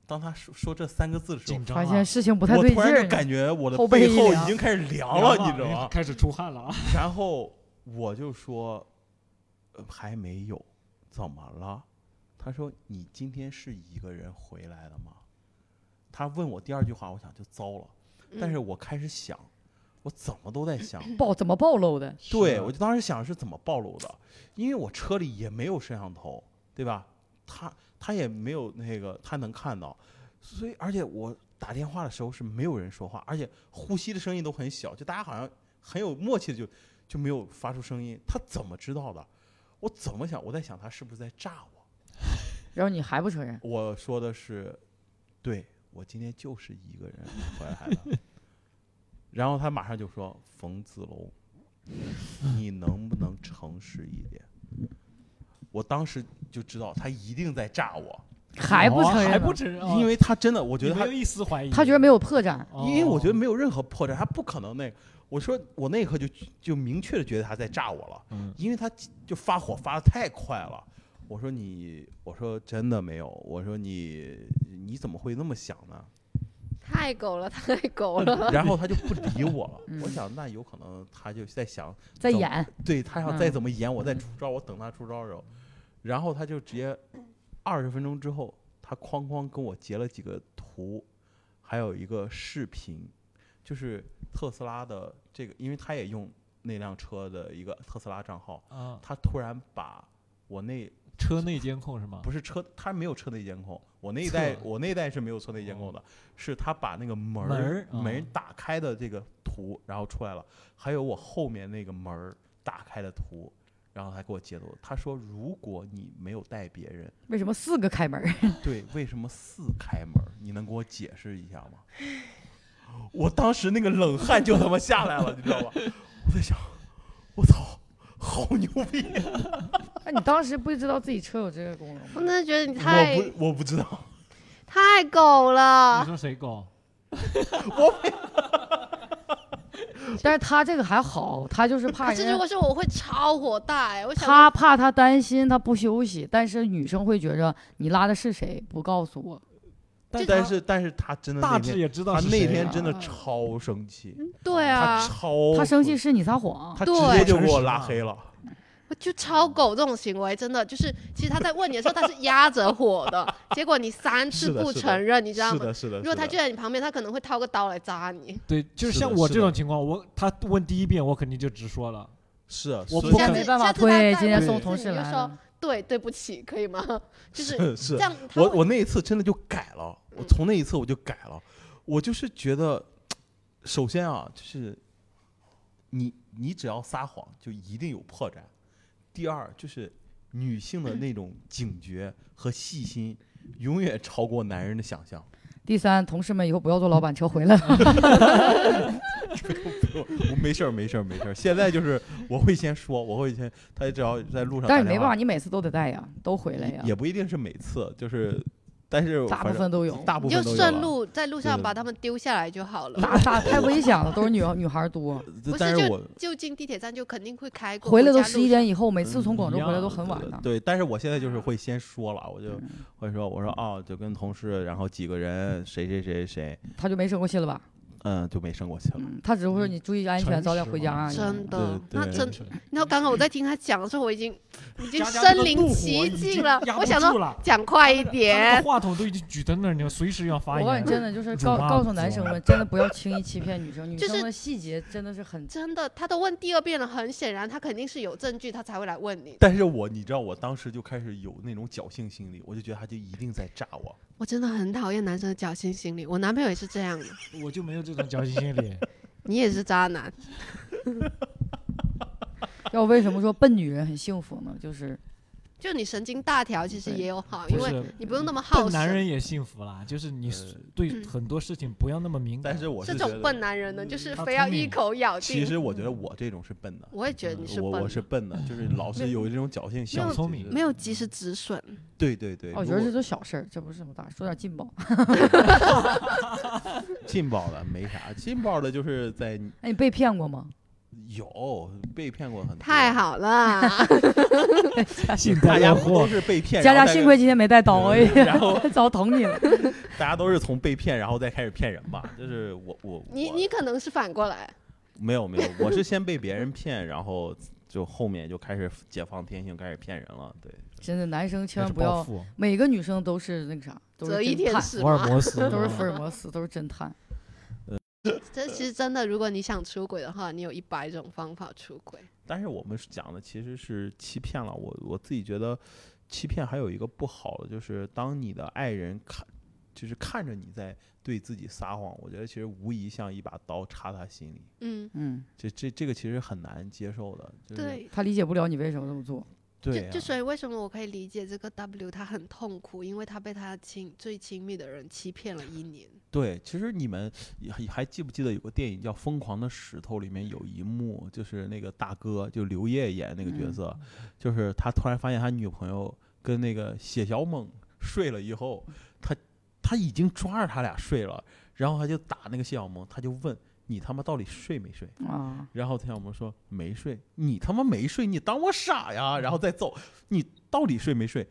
S2: 当他说说这三个字的时候，
S4: 紧张
S3: 发
S4: 啊，
S3: 现事情不太
S2: 我
S3: 对劲
S2: 突然
S3: 儿
S2: 就
S3: 呢，
S2: 感觉我的
S3: 后背
S2: 背
S3: 一
S2: 后已
S3: 凉
S2: 经开始凉
S4: 凉
S2: 了，你知道吗？
S4: 开始出汗了
S2: [LAUGHS]
S4: 啊，
S2: 然后我就说、呃还没有，怎么了？他说你今天是一个人回来的吗？他问我第二句话，我想就糟了，但
S3: 嗯
S2: 是我开始想，我怎么都在想，
S3: 暴怎么暴露的？
S2: 对我就当时想是怎么暴露的，因为我车里也没有摄像头，对吧？他他也没有那个他能看到，所以而且我打电话的时候是没有人说话，而且呼吸的声音都很小，就大家好像很有默契的就就没有发出声音。他怎么知道的？我怎么想？我在想他是不是在诈我？
S3: 然后你还不承认，
S2: 我说的是，对我今天就是一个人回来的。然后他马上就说：“冯子龙，你能不能诚实一点？”我当时就知道他一定在诈我，
S3: 还不承认呢，
S4: 还不承认啊，
S2: 因为他真的，我
S4: 我
S2: 觉得
S4: 没
S2: 他
S4: 有，一丝怀疑，
S3: 他觉得没有破绽，
S4: 哦，
S2: 因为我觉得没有任何破绽，他不可能那个。我说我那一刻就就明确的觉得他在诈我了，
S4: 嗯
S2: 因为他就发火发的太快了。我说你，我说真的没有，我说你你怎么会那么想呢？
S5: 太狗了，太狗
S4: 呃
S5: 了！
S2: 然后他就不理我了。
S3: 嗯
S2: 我想，那有可能他就在想，
S3: 在
S2: 怎么
S3: 演，
S2: 对他想再
S3: 嗯
S2: 怎么演，我再出招，我等他出招的时候，然后他就直接二十分钟之后，他哐哐跟我截了几个图，还有一个视频，就是特斯拉的这个，因为他也用那辆车的一个特斯拉账号，
S4: 啊，
S2: 他突然把我那
S4: 车内监控是吗？
S2: 不是车，他没有车内监控，我那一代
S4: 侧
S2: 我那一代是没有车内监控的，是他把那个哦门
S4: 门
S2: 儿
S4: 儿啊
S2: 门打开的这个图，然后出来了，还有我后面那个门儿打开的图，然后他给我截图，他说如果你没有带别人，
S3: 为什么四个开门儿？ [LAUGHS]
S2: 对，为什么四开门儿？你能给我解释一下吗？我当时那个冷汗就他妈下来了，你知道吧？我在想，我操，好牛逼！
S3: 哎那你当时不知道自己车有这个功能
S5: 我
S3: 吗？
S5: 真的觉得你太
S2: 我不我不知道，
S5: 太狗
S4: 你
S3: 啊
S5: 了。
S4: 说谁狗？
S3: 但是他这个还好，他就是怕
S5: 可是如
S3: 人家，
S5: 果是我我会超火大哎，我想
S3: 他怕他担心，他不休息。但是女生会觉着你拉的是谁，不告诉我，
S5: 这
S2: 但是但是他真的
S4: 大
S2: 那天
S4: 致也知道
S2: 他
S4: 是
S2: 那
S4: 谁
S2: 天
S4: 啊
S2: 真的
S5: 啊
S2: 超生气，
S5: 对
S2: 他
S5: 啊，
S2: 超
S3: 他生气，是你撒谎。
S2: 哦他直
S5: 对
S2: 接就给
S4: 诚
S2: 我
S4: 实
S2: 拉
S4: 嘛
S2: 黑了。
S5: 我就超狗这种行为真的就是，其实他在问你的时候他是压着
S2: [LAUGHS]
S5: 火的，结果你三
S2: 是
S5: 次
S2: 的
S5: 不
S2: 是的
S5: 承认，你知道
S2: 是
S5: 吗？
S2: 的，是的。
S5: 如果
S2: 是
S5: 他
S2: 的
S5: 就在你旁边，他可能会掏个刀来扎你。 [LAUGHS]
S4: 对，就是
S2: 是
S4: 像
S2: 的
S4: 我
S2: 是
S4: 这
S2: 的
S4: 种情况，我他问第一遍，我肯定就直说了。
S2: 是啊，
S4: 我
S2: 所
S4: 不
S2: 以
S4: 可
S5: 下
S4: 能
S5: 次
S3: 没办法
S5: 下次他
S3: 推
S5: 再
S3: 今天
S5: 问
S3: 送
S5: 一次
S3: 同
S5: 你
S3: 事
S5: 就
S3: 来
S5: 说
S3: 了
S5: 对，对不起，可以吗？ [LAUGHS] 就是
S2: 是
S5: 这
S2: 是，
S5: 样。他
S2: 我
S5: 会
S2: 我那一次真的就改了，我
S5: 嗯
S2: 从那一次我就改了，我就是觉得，首先啊，就是你你只要撒谎，就一定有破绽。第二就是女性
S5: 嗯
S2: 的那种警觉和细心，永远超过男人的想象。
S3: 第三，同事们以后不要坐老板车回来了。
S2: 不我没事儿，没事儿，没事儿。现在就是我会先说，我会先，他只要在路上打
S3: 但是没
S2: 电
S3: 办
S2: 话，
S3: 法，你每次都得带呀，都回来呀
S2: 也，也不一定是每次，就是，但是
S3: 大部
S2: 反正
S3: 分都有。
S2: 大部
S5: 你
S2: 分
S5: 就
S2: 都有啊嗯了
S5: 顺路在路
S2: 对
S5: 上
S2: 对
S5: 把他们丢下来就好
S3: 那
S5: 了。
S3: 大太危险了，都是女女孩儿多，
S5: 不
S2: 但
S5: 是
S2: 是我
S5: 就近地铁站就肯定会开过，
S3: 回来
S5: 回
S3: 都
S5: 家
S3: 十
S5: 路
S3: 一
S5: 上
S3: 点以后，每次
S2: 嗯
S3: 从广州
S4: 一
S3: 回来都
S4: 样
S3: 很晚呢。
S2: 对，但是我现在就是会先说了，我就
S3: 嗯
S2: 会说，我说哦，就跟同事，然后几个人，谁谁谁谁，
S3: 他就没生过气了吧？
S2: 嗯，就没生过气了。
S3: 嗯，他只是会说你注意安全，
S4: 诚
S3: 早点
S4: 实
S3: 回
S4: 嘛
S3: 家啊。
S5: 真的，
S2: 对
S5: 那
S2: 对
S4: 嗯
S5: 真，然后刚刚我在听他讲的时候，我已
S2: [LAUGHS]
S5: 经已经
S4: 家家
S5: 身
S4: 都
S5: 临
S4: 怒火
S5: 其
S4: 已
S5: 境
S4: 经
S5: 了
S4: 压。
S5: 我
S4: 不
S5: 想
S4: 住
S5: 说
S4: 了
S5: 讲快一
S4: 他那
S5: 点
S4: 个，话筒都已经举在那儿，你随时要发
S3: 我告诉
S4: 言
S3: 你，。真的就是
S4: 辱
S3: 告
S4: 骂
S3: 告
S4: 不
S3: 诉男
S4: 足
S3: 生
S4: 啊
S3: 们，真的不要轻易欺骗女生，女
S5: 就
S3: 生
S5: 是
S3: 的细节真的是很
S5: 真的，他都问第二遍了，很显然他肯定是有证据，他才会来问你。
S2: 但是我，你知道，我当时就开始有那种侥幸心理，我就觉得他就一定在炸我。
S5: 我真的很讨厌男生的侥幸心理，我男朋友也是这样的，
S4: 我就没有这种侥幸心
S5: [LAUGHS]
S4: 理。
S5: 你也是渣男，
S3: 要为什么说笨女人很幸福呢？就是
S5: 就你神经大条，其实也有好，啊因
S4: 不
S5: 为
S4: 是，
S5: 你不用那么好
S4: 笨
S5: 胜。嗯
S4: 男人也幸福啦，就是你
S2: 呃
S4: 对很多事情不要那么敏感。
S2: 但是我
S5: 这
S2: 是
S5: 种
S2: 觉
S5: 笨
S2: 得，嗯
S5: 男人呢，就是
S4: 他
S5: 非要
S4: 聪
S5: 一
S4: 明
S5: 口咬定。
S2: 其实我
S3: 嗯
S2: 觉得我这种是笨的，
S5: 我也觉得你是
S2: 我
S5: 笨
S2: 我
S5: 的，
S2: 是笨
S5: [LAUGHS]
S2: 的，就是老是有这种侥幸心理。
S4: 小
S2: 就是
S4: 聪明
S5: 没有及时止损。
S2: 对对对，
S3: 哦我觉
S2: 如
S3: 得这
S2: 果
S3: 都小事儿，这不是什么大，说点劲爆。 [LAUGHS]
S2: 劲爆的没啥，劲爆的就是在
S3: 哎，你被骗过吗？
S2: 有被骗过很多。
S5: 太，好了，
S4: 幸
S2: 大
S4: 灾
S2: 家
S4: 乐
S2: 不都
S4: 祸，
S2: 是被骗，
S3: 佳
S2: 然
S3: 佳
S2: 后再
S3: 幸亏今天没带刀，哎呀，
S2: 然
S3: [LAUGHS]
S2: 后
S3: 早
S2: [LAUGHS]
S3: 捅你了。
S2: 大家都是从被骗，然后再开始骗人嘛。就是我我
S5: [LAUGHS] 你
S2: 我
S5: 你可能是反过来，
S2: 没有没有，我是先被别人骗，然后就后面就开始解放天性，开始骗人了。对，
S3: 真的，男生千万
S4: 还是
S3: 不
S4: 暴
S3: 要，
S4: 富，
S3: 每个女生都是那个啥，都是
S5: 择一
S3: 侦
S5: 天
S3: 探，
S4: [LAUGHS]
S5: 使
S4: 福尔
S5: 嘛。
S4: 摩
S5: [LAUGHS]
S4: 斯
S2: 嗯
S3: 都是
S2: [LAUGHS]
S3: 福尔摩斯，都是侦探。
S5: 这其实真的，如果你想出轨的话，你有一百种方法出轨。
S2: 但是我们是讲的其实是欺骗了我，我自己觉得欺骗还有一个不好的就是，当你的爱人看，就是看着你在对自己撒谎，我觉得其实无疑像一把刀插他心里。
S5: 嗯，
S3: 嗯，
S2: 这这这个其实很难接受的，就是、
S5: 对。
S3: 他理解不了你为什么这么做。
S2: 对、啊
S5: 就就所以为什么我可以理解这个 W 他很痛苦，因为他被他亲最亲密的人欺骗了一年。
S2: 对，其实你们也还还记不记得有个电影叫《疯狂的石头》，里面有一幕就是那个大哥，就刘烨演那个角
S3: 嗯
S2: 色，就是他突然发现他女朋友跟那个谢小猛睡了以后，他他已经抓着他俩睡了，然后他就打那个谢小萌，他就问你他妈到底睡没睡？
S3: 啊，
S2: 然后田小萌说没睡，你他妈没睡，你当我傻呀？然后再揍你到底睡没睡？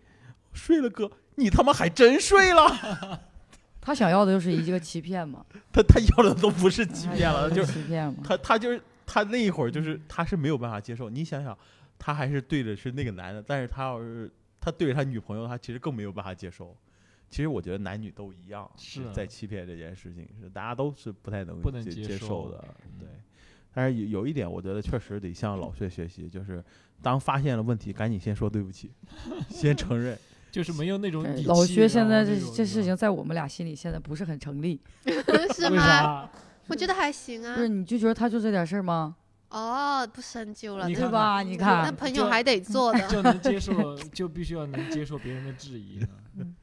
S2: 睡了哥，你他妈还真睡了。 [LAUGHS]
S3: 他想要的就是一个欺骗嘛，
S2: 他他要的都不是欺
S3: 他
S2: 骗
S3: 要
S2: 了，
S3: 的
S2: 就是
S3: 欺骗
S2: [LAUGHS]
S3: 嘛。
S2: 他他就是他那一会儿就是他是没有办法接受。你想想，他还是对着是那个男的，但是他要是他对着他女朋友，他其实更没有办法接受。其实我觉得男女都一样，
S4: 是啊
S2: 在欺骗这件事情是大家都是不太能
S4: 不能
S2: 接
S4: 接
S2: 接受
S4: 受嗯
S2: 的，对。但是有有一点，我觉得确实得向老薛学习，就是当发现了问题，赶紧先说对不起，先承认。
S4: 就是没有那种
S3: 对
S4: 底气。
S3: 老薛现在
S4: 然后
S3: 这
S4: 那种
S3: 这事情，在我们俩心里现在不是很成立，
S5: 是
S4: 为
S5: 吗？
S4: 啥？
S5: 我觉得还行啊
S3: 不。是？你就觉得他就这点事儿吗？
S5: 哦，不深究了，
S4: 你
S5: 那
S3: 对
S4: 看
S3: 吧？你看
S5: 那，朋友
S4: 这
S5: 还得
S4: [LAUGHS]
S5: 做
S4: [LAUGHS]
S5: 的。
S4: 就能接受，就必须要能接受别人的质疑呢
S3: 嗯。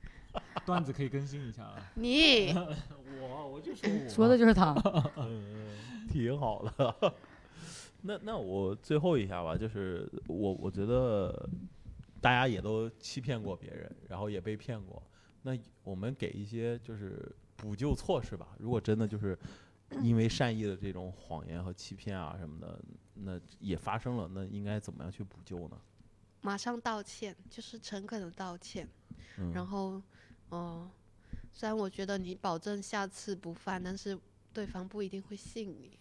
S4: 段子可以更新一下啊！
S5: 你
S4: [LAUGHS] 我我就说我
S3: 说的就是他。
S2: 挺好的。 [LAUGHS] 那那我最后一下吧，就是我我觉得大家也都欺骗过别人，然后也被骗过。那我们给一些就是补救措施吧。如果真的
S5: [CLEARS THROAT]
S2: 就是因为善意的这种谎言和欺骗啊什么的，那也发生了，那应该怎么样去补救呢？
S5: 马上道歉，就是诚恳的道歉。
S2: 嗯，
S5: 然后，哦，虽然我觉得你保证下次不犯，但是对方不一定会信你。嗯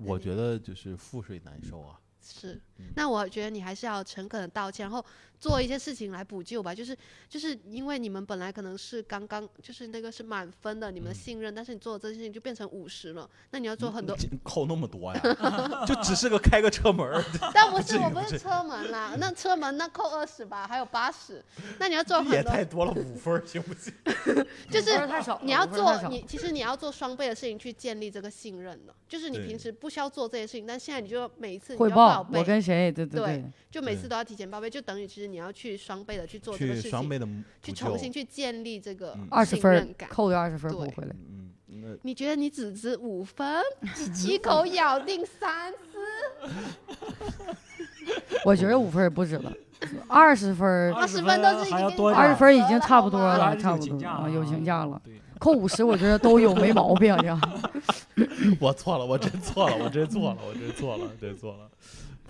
S2: 我觉得就是覆水难收啊。
S5: 是
S2: 嗯，
S5: 那我觉得你还是要诚恳的道歉，然后做一些事情来补救吧。就是就是因为你们本来可能是刚刚就是那个是满分的，你们
S2: 嗯
S5: 的信任，但是你做了这件事情就变成五十了，那你要做很多。
S2: 扣那么多呀， [LAUGHS] 就只是个开个车门儿， [LAUGHS]
S5: 但不是
S2: 嗯这个
S5: 我不是车门啦，那车门那扣二十吧，还有八十，那你要 [LAUGHS] 做
S2: 也
S5: 很多
S2: 太，多了，五分儿行不行？
S5: 就是
S3: 分儿太少
S5: 你
S3: 了
S5: 要
S3: 五分儿太
S5: 做
S3: 少
S5: 你其实你要做双倍的事情去建立这个信任的，就是你
S2: 对
S5: 平时不需要做这些事情，但现在你就每一次你
S3: 汇
S5: 就要
S3: 报
S5: 报
S3: 报
S5: 备
S3: 我跟谁，对对
S5: 对
S3: 对，
S5: 就每次
S2: 对
S5: 都要提前报备，就等于其实你要去双倍的去做这个
S2: 去
S5: 事
S2: 双
S5: 情，
S2: 倍的
S5: 去
S2: 补
S5: 重
S2: 救。
S5: 新去建立这个
S2: 嗯
S3: 二十
S5: 信
S3: 分
S5: 任
S3: 儿
S5: 感。
S3: 扣掉二十分儿补
S5: 对
S3: 回来。
S2: 嗯，那
S5: 你觉得你只值五分，你七
S4: [LAUGHS]
S5: 口咬定三次，
S3: 我觉得五分儿也不止
S5: [LAUGHS]
S3: 了，二十分儿
S5: 二十分都是已
S4: 还要
S5: 经
S4: 多一
S3: 二
S4: 点
S3: 十分儿已经差不多
S4: 还
S3: 了，
S4: 是
S3: 差
S4: 有
S3: 不
S4: 请
S3: 多
S4: 假
S3: 啊，
S4: 了
S3: 有
S4: 啊
S3: 请假了。
S4: 对，
S3: 扣五十，我觉得都有，没毛病。这样，
S2: 嗯我错了，我真错了，我真错了，我真错了，真错了。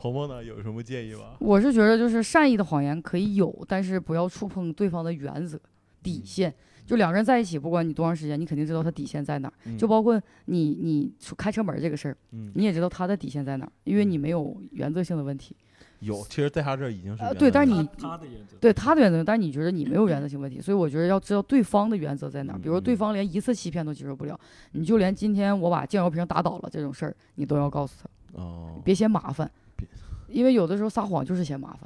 S2: 鹏鹏呢，有什么建议吗？
S3: [LAUGHS] 我是觉得就是善意的谎言可以有，但是不要触碰对方的原则
S2: 嗯
S3: 底线。就两个人在一起，不管你多长时间，你肯定知道他底线在哪儿。就包括你你出开车门儿这个事儿，
S2: 嗯，
S3: 你也知道他的底线在哪儿，因为你没有原则性的问题。
S2: 有，其实在他这儿已经是
S3: 呃
S2: 原
S3: 对
S2: 来
S3: 但是
S2: 的
S3: 你
S4: 他的原则，
S3: 对他的原则，但是你觉得你没有原则性问题，所以我觉得要知道对方的原则在哪儿。比如说
S2: 嗯
S3: 对
S2: 嗯
S3: 方连一次欺骗都接受不了，你就连今天我把酱油瓶打倒了这种事儿，你都要告诉他，
S2: 哦，
S3: 别嫌麻烦
S2: 别，
S3: 因为有的时候撒谎就是嫌麻烦。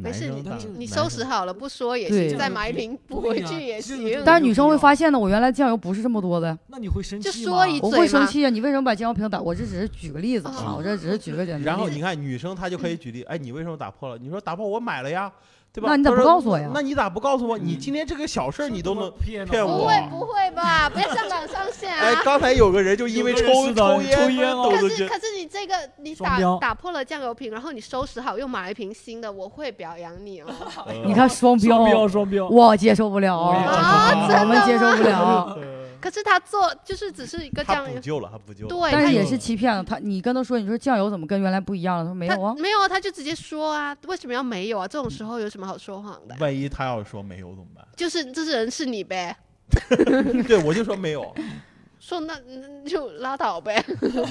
S5: 没
S2: 男
S5: 事，你
S2: 生大
S5: 你
S2: 男
S5: 你收
S2: 生
S5: 拾好了不说也
S3: 对
S5: 行，再买一瓶补
S4: 对
S5: 回
S4: 呀
S5: 去也
S4: 这个就
S5: 行。
S3: 但
S4: 大
S3: 是女生会发现呢，我原来酱油不是这么多的，
S4: 那你会生气
S5: 就
S4: 吗？
S5: 说一
S3: 我
S5: 嘴
S3: 会生
S5: 嘛
S3: 气啊！你为什么把酱油瓶打？我这只是举个例子啊，
S5: 哦
S3: 我这只是举个简单例子。
S2: 然后你看女生她就
S5: 嗯
S2: 可以举例，哎，你为什么打破了？你说打破我买了呀，对吧？
S3: 那你咋
S2: 她
S3: 不
S2: 说
S3: 告诉我呀
S2: 那你咋不告诉我？你
S4: 嗯
S2: 今天这个小事儿你都能。
S4: 骗
S2: 骗
S5: 不
S2: 我
S5: 会不会吧，不要上纲上线
S2: 哎，
S5: 啊！
S2: 刚才有个人就因为
S4: 有个人
S2: 抽
S4: 是的抽烟
S2: 烟
S4: 哦
S2: 斗
S5: 可
S2: 的
S5: 是
S2: 这，
S5: 可是你这个你
S4: 双
S5: 打
S4: 标
S5: 打破了酱油瓶，然后你收拾好又买了一瓶新的，我会表扬你哦。
S4: [LAUGHS]
S2: 嗯
S3: 你看双
S4: 双标
S3: 标，
S4: 双标，
S3: 我接受不了
S4: 我也接受
S5: 啊
S2: 不了
S3: 我们接受不了。
S2: 呃，
S5: 可是他做就是只是一个
S2: 他
S5: 酱
S2: 补
S5: 油，
S2: 救了，他补救了。
S5: 对，
S3: 但
S5: 他
S3: 是
S5: 也
S3: 也是欺骗了他。你跟他说，你说酱油怎么跟原来不一样了？他说没
S5: 他
S3: 有啊，
S5: 没有啊，他就直接说啊，为什么要没有啊？这种时候有什么好说谎的？
S2: 万一他要是说没有怎么办？ [LAUGHS]
S5: 就是这是人是你呗，
S2: 对，我就说没有，
S5: 说那嗯就拉倒呗。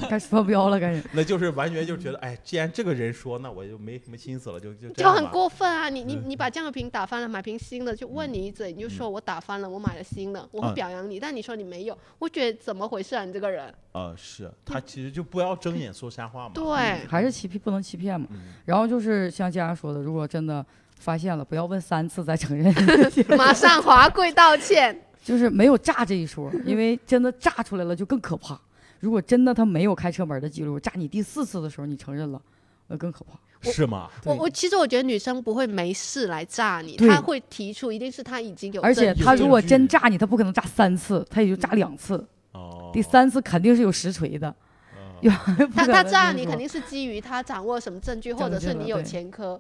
S3: 该双标了，该是。
S2: 那就是完全就是觉得，哎，既然这个人说，那我就没什么心思了，就就这
S5: 就
S2: 样
S5: 很
S2: 吧。
S5: 过分啊！你
S3: 嗯
S5: 你你把酱油瓶打翻了，买瓶新的，就问你一嘴，你就说我打翻了，我买了新的，我会
S2: 嗯
S5: 表扬你，但你说你没有，我觉得怎么回事啊？你这个人，
S3: 嗯
S2: 呃，是他其实就不要睁眼说瞎话嘛。
S5: 对，
S3: [LAUGHS] 还是欺骗不能欺骗嘛。
S2: 嗯，
S3: 然后就是像佳佳说的，如果真的发现了，不要问三次再承认， [LAUGHS]
S5: 马上华贵道歉。
S3: 就是没有炸这一说，因为真的炸出来了就更可怕。如果真的他没有开车门的记录，炸你第四次的时候你承认了，那更可怕。
S5: 我
S2: 是吗？
S3: [LAUGHS]
S5: 我
S3: 对
S5: 我其实我觉得女生不会没事来炸你，
S3: 对
S5: 她会提出，一定是她已经有证
S3: 而
S5: 据，
S3: 且他如果
S2: 有证
S3: 真
S2: 据
S3: 炸你，他不可能炸三次，他也就炸两次，
S2: 哦，
S3: 第三次肯定是有实锤的。 [LAUGHS]
S2: 哦，
S3: 有
S5: 她她炸你
S3: 不可能就是说
S5: 肯定是基于她掌握什么证据，
S3: 证据
S5: 或者是
S3: 了
S5: 你有
S3: 对
S5: 前科。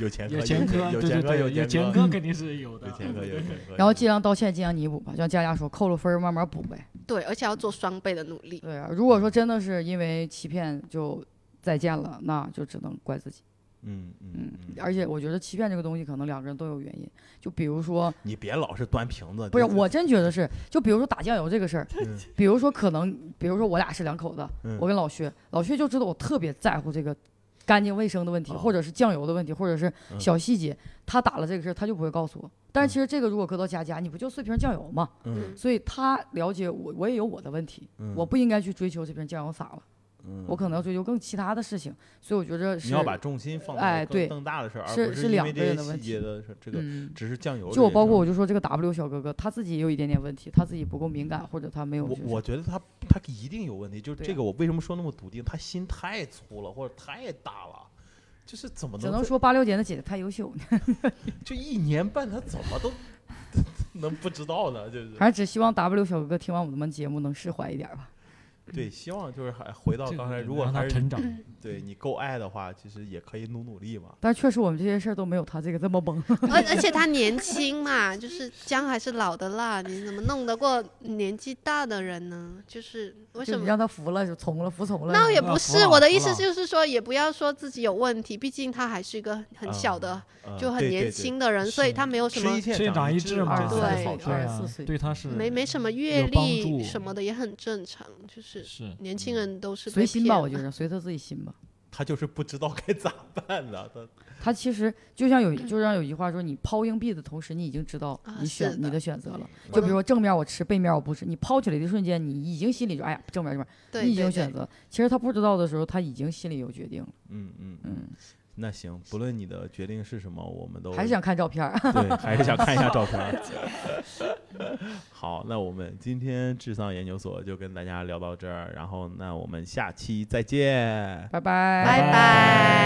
S2: 有前科，
S4: 有前科，
S2: 有
S4: 对对
S2: 前科，
S4: 对，有
S2: 前
S4: 前
S2: 科，
S4: 科肯定是有的
S2: 有。前科，有前科。
S3: 然后尽量道歉，尽量弥补吧。像佳佳说，扣了分儿慢慢补呗。
S5: 对，而且要做双倍的努力。
S3: 对啊，如果说真的是因为欺骗就再见了，那就只能怪自己。
S2: 嗯嗯
S3: 嗯
S2: 嗯，，
S3: 而且我觉得欺骗这个东西，可能两个人都有原因。就比如说，
S2: 你别老是端瓶子，
S3: 不是，
S2: 这
S3: 我，真觉得是，就比如说打酱油这个事儿，
S2: 嗯
S3: 比如说可能，比如说我俩是两口子，
S2: 嗯
S3: 我跟老薛，老薛就知道我特别在乎这个干净卫生的问题，
S2: 哦
S3: 或者是酱油的问题，或者是
S2: 嗯
S3: 小细节，他打了这个事儿，他就不会告诉我。但是其实这个如果搁到佳佳，你不就碎瓶酱油吗？
S2: 嗯
S3: 所以他了解我，我也有我的问题，
S2: 嗯，
S3: 我不应该去追求这瓶酱油洒了，
S2: 嗯
S3: 我可能要追求更其他的事情。所以我觉着是，
S2: 你要把重心放
S3: 哎
S2: 在更
S3: 对
S2: 更大的事儿，而
S3: 是
S2: 不
S3: 是
S2: 因
S3: 两
S2: 为
S3: 个
S2: 这些
S3: 人的问
S2: 细节的事儿，这个
S3: 嗯。
S2: 只是酱油。
S3: 就我包括我，就说这个 W 小哥哥，他自己也有一点点问题，他自己不够敏感，或者他没有
S2: 我
S3: 就是
S2: 我觉得他他一定有问题，就是
S3: 对
S2: 这
S3: 啊
S2: 个我为什么说那么笃定？他心太粗了，或者太大了。就是怎么
S3: 只
S2: 能
S3: 能
S2: 在
S3: 说八六姐的姐姐太优秀，
S2: 就一年半，他怎么都 [LAUGHS] 能不知道呢？就是
S3: 还是只希望 W 小哥哥听完我们节目能释怀一点吧。
S2: 对，希望就是还回到
S4: 这个
S2: 刚才，
S4: 得
S2: 如果
S4: 让他
S2: 还是
S4: 成长，
S2: 对你够爱的话，其实也可以努努力嘛。
S3: 但确实我们这些事儿都没有他这个这么猛。
S5: [LAUGHS] 而而且他年轻嘛，就是姜还是老的辣，你怎么弄得过年纪大的人呢？就是为
S3: 就
S5: 什
S3: 你
S5: 么？
S3: 让他服了，就从了，服从了。
S5: 那也
S4: 那
S5: 不
S4: 服
S5: 是
S4: 了
S5: 我的
S4: 服
S5: 意思，
S4: 了
S5: 就是说也不要说自己有问题，毕竟他还是一个很小的、
S2: 呃
S5: 就很
S2: 对对
S5: 年
S2: 对
S5: 轻的人，
S4: 是
S5: 所以他没有什
S2: 吃
S5: 么
S2: 一堑
S4: 这长
S2: 一
S4: 一
S2: 智
S4: 智
S3: 嘛
S2: 嘛，这才
S5: 对
S2: 是好事
S5: 对
S2: 儿。
S3: 24
S4: 啊
S3: 岁，
S4: 对他是
S5: 没没什么阅
S4: 有帮助
S5: 历什么的也很正常，就是
S4: 是
S5: 年轻人都是
S3: 随
S5: 被
S3: 心吧，
S5: 骗啊
S3: 我觉
S5: 了
S3: 得随他自己心吧。
S2: 他就是不知道该咋办了。他
S3: 他其实就像有，就像有一句话说，你抛硬币的同时，你已经知道
S5: 啊
S3: 你选、
S5: 是的
S3: 你的选择了。
S2: 嗯
S3: 就比如说正面我吃，背面我不吃。你抛起来的瞬间，你已经心里就哎呀，正面正面，
S5: 对
S3: 你已经
S5: 对
S3: 有选
S5: 对
S3: 择。其实他不知道的时候，他已经心里有决定了。
S2: 嗯嗯，
S3: 嗯，
S2: 那行，不论你的决定是什么，我们都
S3: 还是想看照片儿。
S2: 对，还是想看一下照片
S5: [LAUGHS]
S2: 儿。好，那我们今天智丧研究所就跟大家聊到这儿，然后那我们下期再见。
S3: 拜拜
S4: 拜拜哎